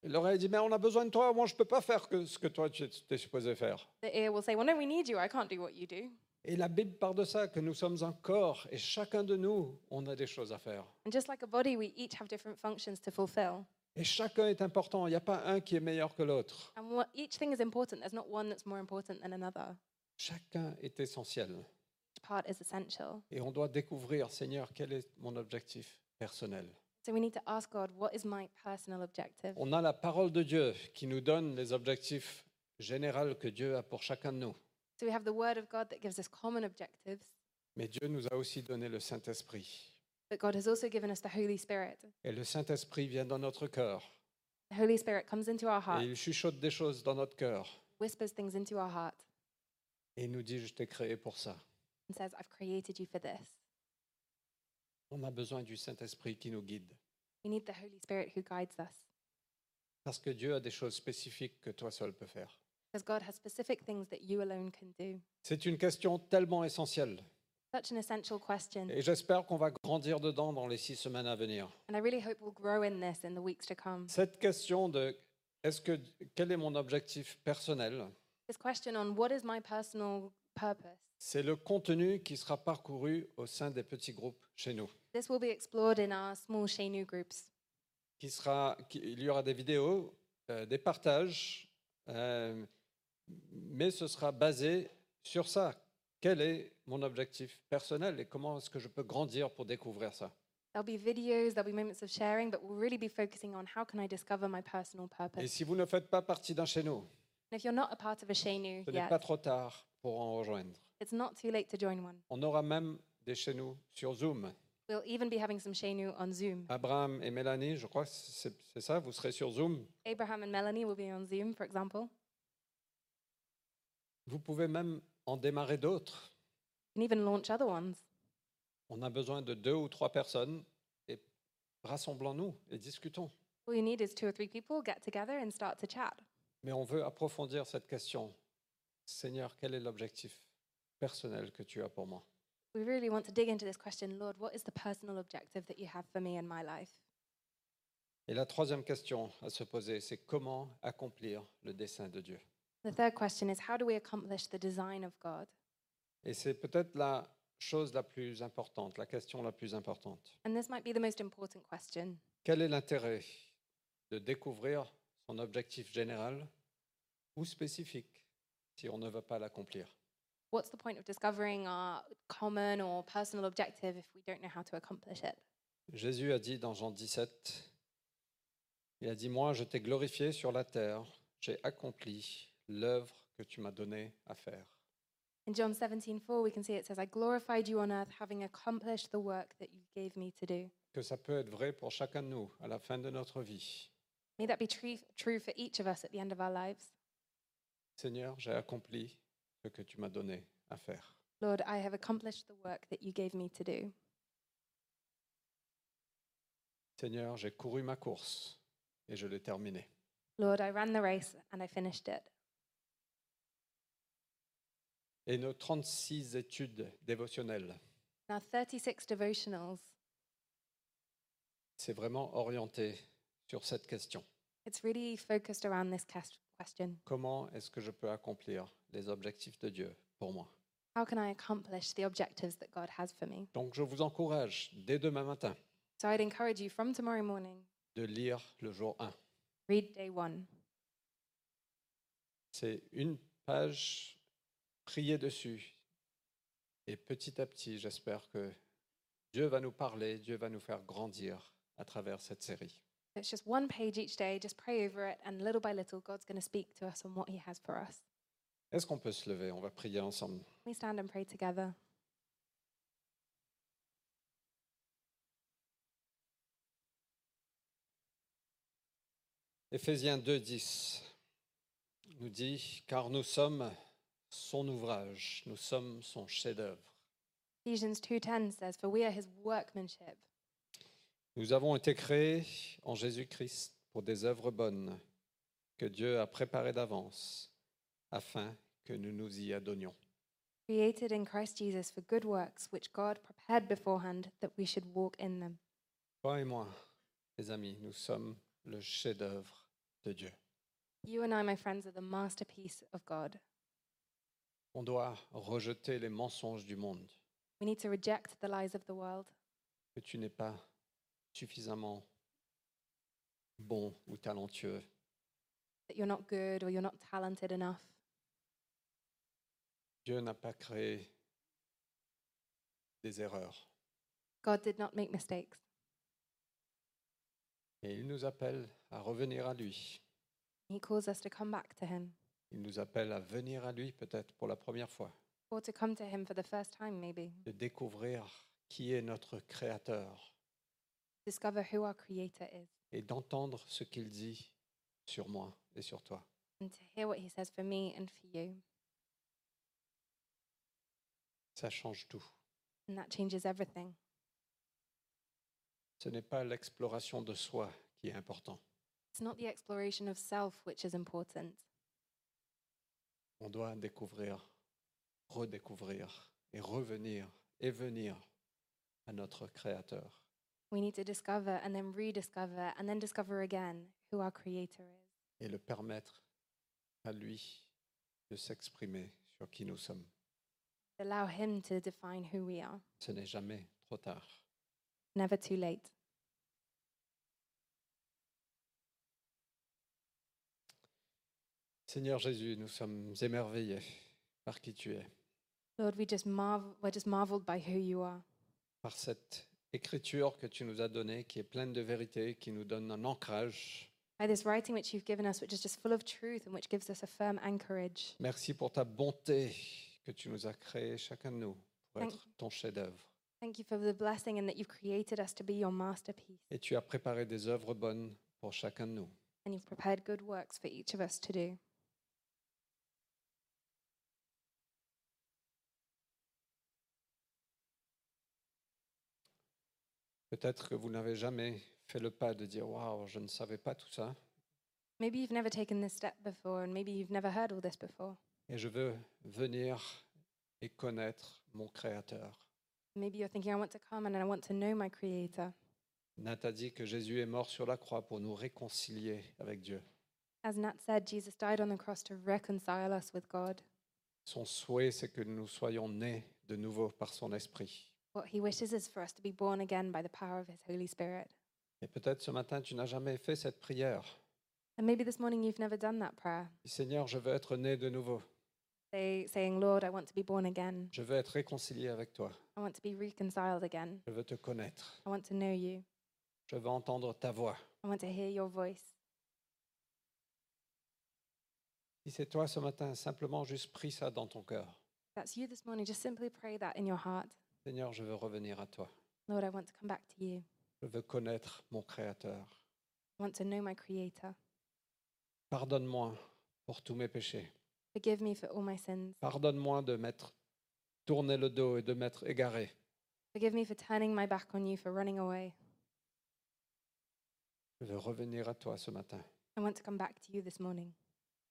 Speaker 1: Et L'oreille dit mais on a besoin de toi, moi je peux pas faire que ce que toi tu es supposé faire.
Speaker 2: the ear will say, well, no, we need you. I can't do what you do.
Speaker 1: Et la Bible parle de ça, que nous sommes un corps et chacun de nous, on a des choses à faire.
Speaker 2: And just like a body, we each have different functions to fulfill.
Speaker 1: Et chacun est important, il n'y a pas un qui est meilleur que l'autre.
Speaker 2: And what, each thing is important. There's not one that's more important than another.
Speaker 1: Chacun est essentiel.
Speaker 2: Each part is essential.
Speaker 1: Et on doit découvrir, Seigneur, quel est mon objectif personnel.
Speaker 2: So we need to ask God, what is my personal objective?
Speaker 1: On a la parole de Dieu qui nous donne les objectifs généraux que Dieu a pour chacun de nous.
Speaker 2: So we have the word of God that gives us common objectives,
Speaker 1: Mais Dieu nous a aussi donné le Saint-Esprit.
Speaker 2: but God has also given us the Holy Spirit.
Speaker 1: Et le Saint-Esprit vient dans notre cœur.
Speaker 2: The Holy Spirit comes into our
Speaker 1: Et
Speaker 2: heart,
Speaker 1: il chuchote des choses dans notre cœur.
Speaker 2: whispers things into our heart.
Speaker 1: Et il nous dit, je t'ai créé pour ça.
Speaker 2: and says, I've created you for this.
Speaker 1: On a besoin du Saint-Esprit qui nous guide.
Speaker 2: We need the Holy Spirit who guides us
Speaker 1: Parce que Dieu a des choses spécifiques que toi seul peux faire.
Speaker 2: because God has specific things that you alone can do.
Speaker 1: C'est une question tellement essentielle.
Speaker 2: Such an essential question.
Speaker 1: Et j'espère qu'on va grandir dedans dans les six semaines à venir.
Speaker 2: And I really hope we'll grow in this in the weeks to come.
Speaker 1: Cette question de est-ce que quel est mon objectif personnel,
Speaker 2: This question on what is my personal purpose?
Speaker 1: c'est le contenu qui sera parcouru au sein des petits groupes chez nous.
Speaker 2: This will be explored in our small Shenu groups.
Speaker 1: Qui sera, qui- il y aura des vidéos, euh, des partages, euh, mais ce sera basé sur ça. Quel est mon objectif personnel et comment est-ce que je peux grandir pour découvrir ça
Speaker 2: There'll be videos, there'll be moments of sharing, but we'll really be focusing on how can I discover my personal
Speaker 1: Et
Speaker 2: purpose.
Speaker 1: si vous ne faites pas partie d'un chez nous,
Speaker 2: And if you're not a part of a Shenu
Speaker 1: ce n'est
Speaker 2: yet,
Speaker 1: pas trop tard pour en rejoindre.
Speaker 2: it's not too late to join one.
Speaker 1: On aura même des chez nous sur Zoom.
Speaker 2: We'll even be having some Shenu on Zoom.
Speaker 1: Abraham et Mélanie, je crois, que c'est c'est ça, vous serez sur Zoom.
Speaker 2: Abraham and Melanie will be on Zoom, for example,
Speaker 1: Vous pouvez même en démarrer d'autres.
Speaker 2: and even launch other ones.
Speaker 1: On a besoin de deux ou trois personnes et rassemblons-nous et discutons.
Speaker 2: All you need is two or three people, get together and start to chat.
Speaker 1: Mais on veut approfondir cette question. Seigneur, quel est l'objectif personnel que tu as pour moi
Speaker 2: We really want to dig into this question Lord, what is the personal objective that you have for me in my life?
Speaker 1: Et la troisième question à se poser, c'est comment accomplir le dessein de Dieu
Speaker 2: The third question is how do we accomplish the design of God?
Speaker 1: Et c'est peut-être la chose la plus importante, la question la plus importante.
Speaker 2: And this might be the most important question.
Speaker 1: Quel est l'intérêt de découvrir son objectif général ou spécifique si on ne va pas l'accomplir
Speaker 2: What's the point of discovering our common or personal objective if we don't know how to accomplish it?
Speaker 1: Jésus a dit dans Jean 17, il a dit, Moi, je t'ai glorifié sur la terre, j'ai accompli l'œuvre que tu m'as donnée à faire.
Speaker 2: In John 17:4, we can see it says, I glorified you on earth, having accomplished the work that you gave me to do.
Speaker 1: Que ça peut être vrai pour chacun de nous à la fin de notre vie.
Speaker 2: May that be true, true for each of us at the end of our lives.
Speaker 1: Seigneur, j'ai accompli ce que tu m'as donné à faire.
Speaker 2: Lord, I have accomplished the work that you gave me to do.
Speaker 1: Seigneur, j'ai couru ma course et je l'ai terminée.
Speaker 2: Lord, I ran the race and I finished it.
Speaker 1: Et nos 36 études dévotionnelles,
Speaker 2: Now, 36 devotionals,
Speaker 1: c'est vraiment orienté sur cette question.
Speaker 2: it's really focused around this cas- question
Speaker 1: Comment est-ce que je peux accomplir les objectifs de Dieu pour moi
Speaker 2: How can I accomplish the objectives that God has for me?
Speaker 1: Donc je vous encourage dès demain matin
Speaker 2: So I'd encourage you from tomorrow morning,
Speaker 1: de lire le jour 1.
Speaker 2: read day one.
Speaker 1: C'est une page, priez dessus. Et petit à petit, j'espère que Dieu va nous parler, Dieu va nous faire grandir à travers cette série.
Speaker 2: It's just one page each day. Just pray over it, and little by little, God's going to speak to us on what He has for us.
Speaker 1: Est-ce qu'on peut se lever On va prier ensemble.
Speaker 2: We stand and pray together.
Speaker 1: Éphésiens 2.10 nous dit, car nous sommes son ouvrage, nous sommes son chef-d'œuvre.
Speaker 2: Ephesians 2:10 says, "For we are His workmanship,
Speaker 1: Nous avons été créés en Jésus-Christ pour des œuvres bonnes que Dieu a préparées d'avance afin que nous nous y adonnions.
Speaker 2: created in Christ Jesus for good works, which God prepared beforehand that we should walk in them."
Speaker 1: Toi et moi, les amis, nous sommes le chef-d'œuvre de Dieu.
Speaker 2: You and I, my friends, are the masterpiece of God.
Speaker 1: On doit rejeter les mensonges du monde
Speaker 2: We need to reject the lies of the world.
Speaker 1: que tu n'es pas suffisamment bon ou talentueux.
Speaker 2: that you're not good or you're not talented enough.
Speaker 1: Dieu n'a pas créé des erreurs.
Speaker 2: God did not make mistakes.
Speaker 1: Et il nous appelle à revenir à lui.
Speaker 2: He calls us to come back to Him
Speaker 1: Il nous appelle à venir à lui peut-être pour la première fois.
Speaker 2: or to come to Him for the first time, maybe.
Speaker 1: de découvrir qui est notre Créateur
Speaker 2: Discover who our Creator is
Speaker 1: et d'entendre ce qu'il dit sur moi et sur toi.
Speaker 2: and to hear what He says for me and for you.
Speaker 1: Ça change tout.
Speaker 2: And that changes everything.
Speaker 1: Ce n'est pas l'exploration de soi qui est important.
Speaker 2: It's not the exploration of self which is important.
Speaker 1: On doit découvrir, redécouvrir et revenir et venir à notre Créateur.
Speaker 2: We need to discover and then rediscover and then discover again who our Creator is
Speaker 1: et le permettre à lui de s'exprimer sur qui nous sommes.
Speaker 2: allow him to define who we are.
Speaker 1: Ce n'est jamais trop tard.
Speaker 2: Never too late.
Speaker 1: Seigneur Jésus, nous sommes émerveillés par qui tu es,
Speaker 2: Lord, we just marvel, we're just marveled by who you are,
Speaker 1: par cette écriture que tu nous as donnée, qui est pleine de vérité, qui nous donne un ancrage.
Speaker 2: by this writing which you've given us, which is just full of truth and which gives us a firm anchorage.
Speaker 1: Merci pour ta bonté que tu nous as créée, chacun de nous, pour
Speaker 2: Thank
Speaker 1: être ton chef-d'œuvre.
Speaker 2: Thank you for the blessing and that you've created us to be your masterpiece
Speaker 1: Et tu as préparé des œuvres bonnes pour chacun de nous.
Speaker 2: and you've prepared good works for each of us to do.
Speaker 1: Peut-être que vous n'avez jamais fait le pas de dire Waouh, je ne savais pas tout ça,
Speaker 2: Maybe you've never taken this step before and maybe you've never heard all this before.
Speaker 1: et je veux venir et connaître mon Créateur.
Speaker 2: Maybe you're thinking, I want to come and I want to know my Creator.
Speaker 1: Nat a dit que Jésus est mort sur la croix pour nous réconcilier avec Dieu.
Speaker 2: As Nat said, Jesus died on the cross to reconcile us with God.
Speaker 1: Son souhait, c'est que nous soyons nés de nouveau par son esprit.
Speaker 2: What he wishes is for us to be born again by the power of his Holy Spirit.
Speaker 1: Et peut-être ce matin, tu n'as jamais fait cette prière.
Speaker 2: And maybe this morning you've never done that prayer,
Speaker 1: Seigneur, je veux être né de nouveau.
Speaker 2: say, saying, Lord, I want to be born again.
Speaker 1: Je veux être réconcilié avec toi.
Speaker 2: I want to be reconciled again.
Speaker 1: Je veux te connaître.
Speaker 2: I want to know you.
Speaker 1: Je veux entendre ta voix.
Speaker 2: I want to hear your voice.
Speaker 1: Si c'est toi ce matin, simplement juste prie ça dans ton cœur.
Speaker 2: If That's you this morning. Just simply pray that in your heart.
Speaker 1: Seigneur, je veux revenir à toi.
Speaker 2: Lord, I want to come back to you.
Speaker 1: Je veux connaître mon Créateur.
Speaker 2: I want to know my Creator.
Speaker 1: Pardonne-moi pour tous mes péchés.
Speaker 2: Forgive me for all my sins.
Speaker 1: Pardonne-moi de m'être tourné le dos et de m'être égaré.
Speaker 2: Forgive me for turning my back on you, for running away.
Speaker 1: Je veux revenir à toi ce matin.
Speaker 2: I want to come back to you this morning.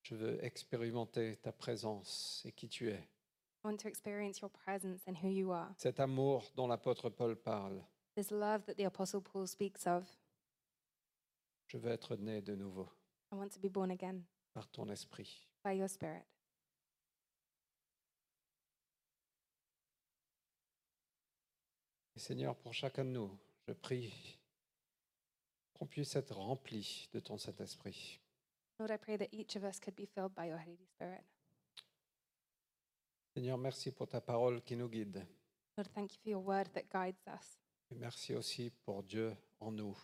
Speaker 1: Je veux expérimenter ta présence et qui tu es.
Speaker 2: I want to experience your presence and who you are.
Speaker 1: Cet amour dont l'apôtre Paul parle.
Speaker 2: This love that the Apostle Paul speaks of.
Speaker 1: Je veux être né de nouveau
Speaker 2: I want to be born again
Speaker 1: par ton esprit.
Speaker 2: by your Spirit.
Speaker 1: Et Seigneur, pour chacun de nous, je prie qu'on puisse être rempli de ton Saint-Esprit.
Speaker 2: Lord, I pray that each of us could be filled by your Holy Spirit.
Speaker 1: Seigneur, merci pour ta parole qui nous guide.
Speaker 2: Lord, thank you for your word that guides us.
Speaker 1: Et merci aussi pour Dieu en nous,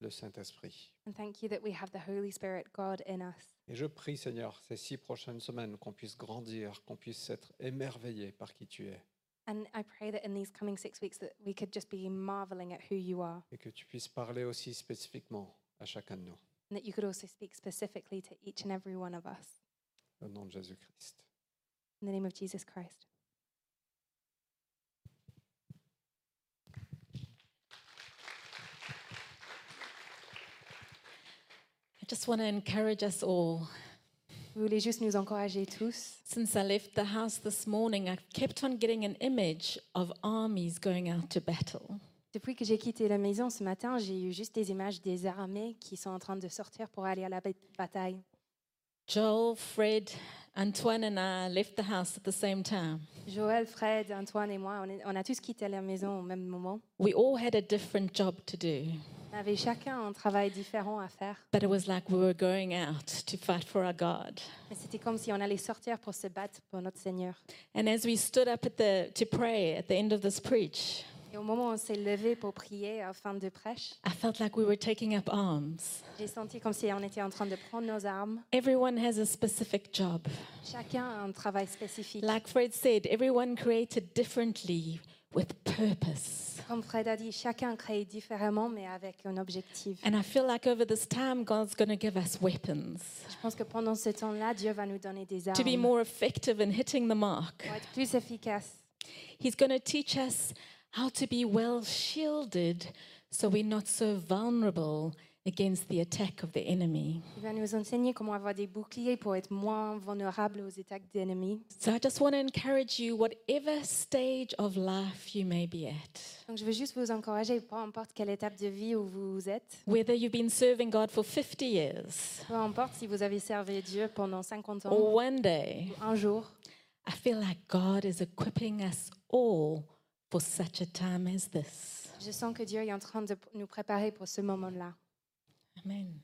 Speaker 1: le Saint-Esprit.
Speaker 2: And thank you that we have the Holy Spirit, God, in us.
Speaker 1: Et je prie, Seigneur, ces six prochaines semaines, qu'on puisse grandir, qu'on puisse être émerveillé par qui tu es.
Speaker 2: And I pray that in these coming six weeks that we could just be marveling at who you are
Speaker 1: et que tu puisses parler aussi spécifiquement à chacun de nous.
Speaker 2: and that you could also speak specifically to each and every one of us.
Speaker 1: Au nom de Jésus-Christ.
Speaker 2: In the name of Jesus Christ.
Speaker 3: I just want to encourage us all.
Speaker 2: Je voulais juste nous encourager tous.
Speaker 3: Since I left the house this morning, I've kept on getting an image of armies going out to battle.
Speaker 2: Depuis que j'ai quitté la maison ce matin, j'ai eu juste des images des armées qui sont en train de sortir pour aller à la ba- bataille.
Speaker 3: Joel, Fred, Antoine, and I left the house at the same time.
Speaker 2: Joël, Fred, Antoine et moi, on, est- on a tous quitté la maison au même moment.
Speaker 3: We all had a different job to do,
Speaker 2: On avait chacun un travail différent à faire,
Speaker 3: but it was like we were going out to fight for our God.
Speaker 2: mais c'était comme si on allait sortir pour se battre pour notre Seigneur.
Speaker 3: And as we stood up at the, to pray at the end of this preach,
Speaker 2: Et au moment où on s'est levé pour prier afin de prêche,
Speaker 3: I felt like we were taking up arms.
Speaker 2: j'ai senti comme si on était en train de prendre nos armes.
Speaker 3: Everyone has a specific job.
Speaker 2: Chacun a un travail spécifique.
Speaker 3: Like Fred said, everyone created differently with purpose.
Speaker 2: Comme Fred a dit, chacun crée différemment, mais avec un objectif.
Speaker 3: And I feel like over this time, God's going to give us weapons
Speaker 2: Je pense que pendant ce temps-là, Dieu va nous donner des armes
Speaker 3: to be more effective in hitting the mark,
Speaker 2: pour être plus efficace,
Speaker 3: He's going to teach us how to be well shielded so we're not so vulnerable against the attack of the enemy.
Speaker 2: Il va nous enseigner comment avoir des boucliers pour être moins vulnérables aux attaques d'ennemis.
Speaker 3: So I just want to encourage you, whatever stage of life you may be at,
Speaker 2: Donc je veux juste vous encourager, peu importe quelle étape de vie où vous êtes,
Speaker 3: whether you've been serving God for 50 years
Speaker 2: peu importe si vous avez servi Dieu pendant 50 ans,
Speaker 3: or one day,
Speaker 2: un jour,
Speaker 3: I feel like God is equipping us all for such a time as this.
Speaker 2: je sens que Dieu est en train de nous préparer pour ce moment-là.
Speaker 3: Amen.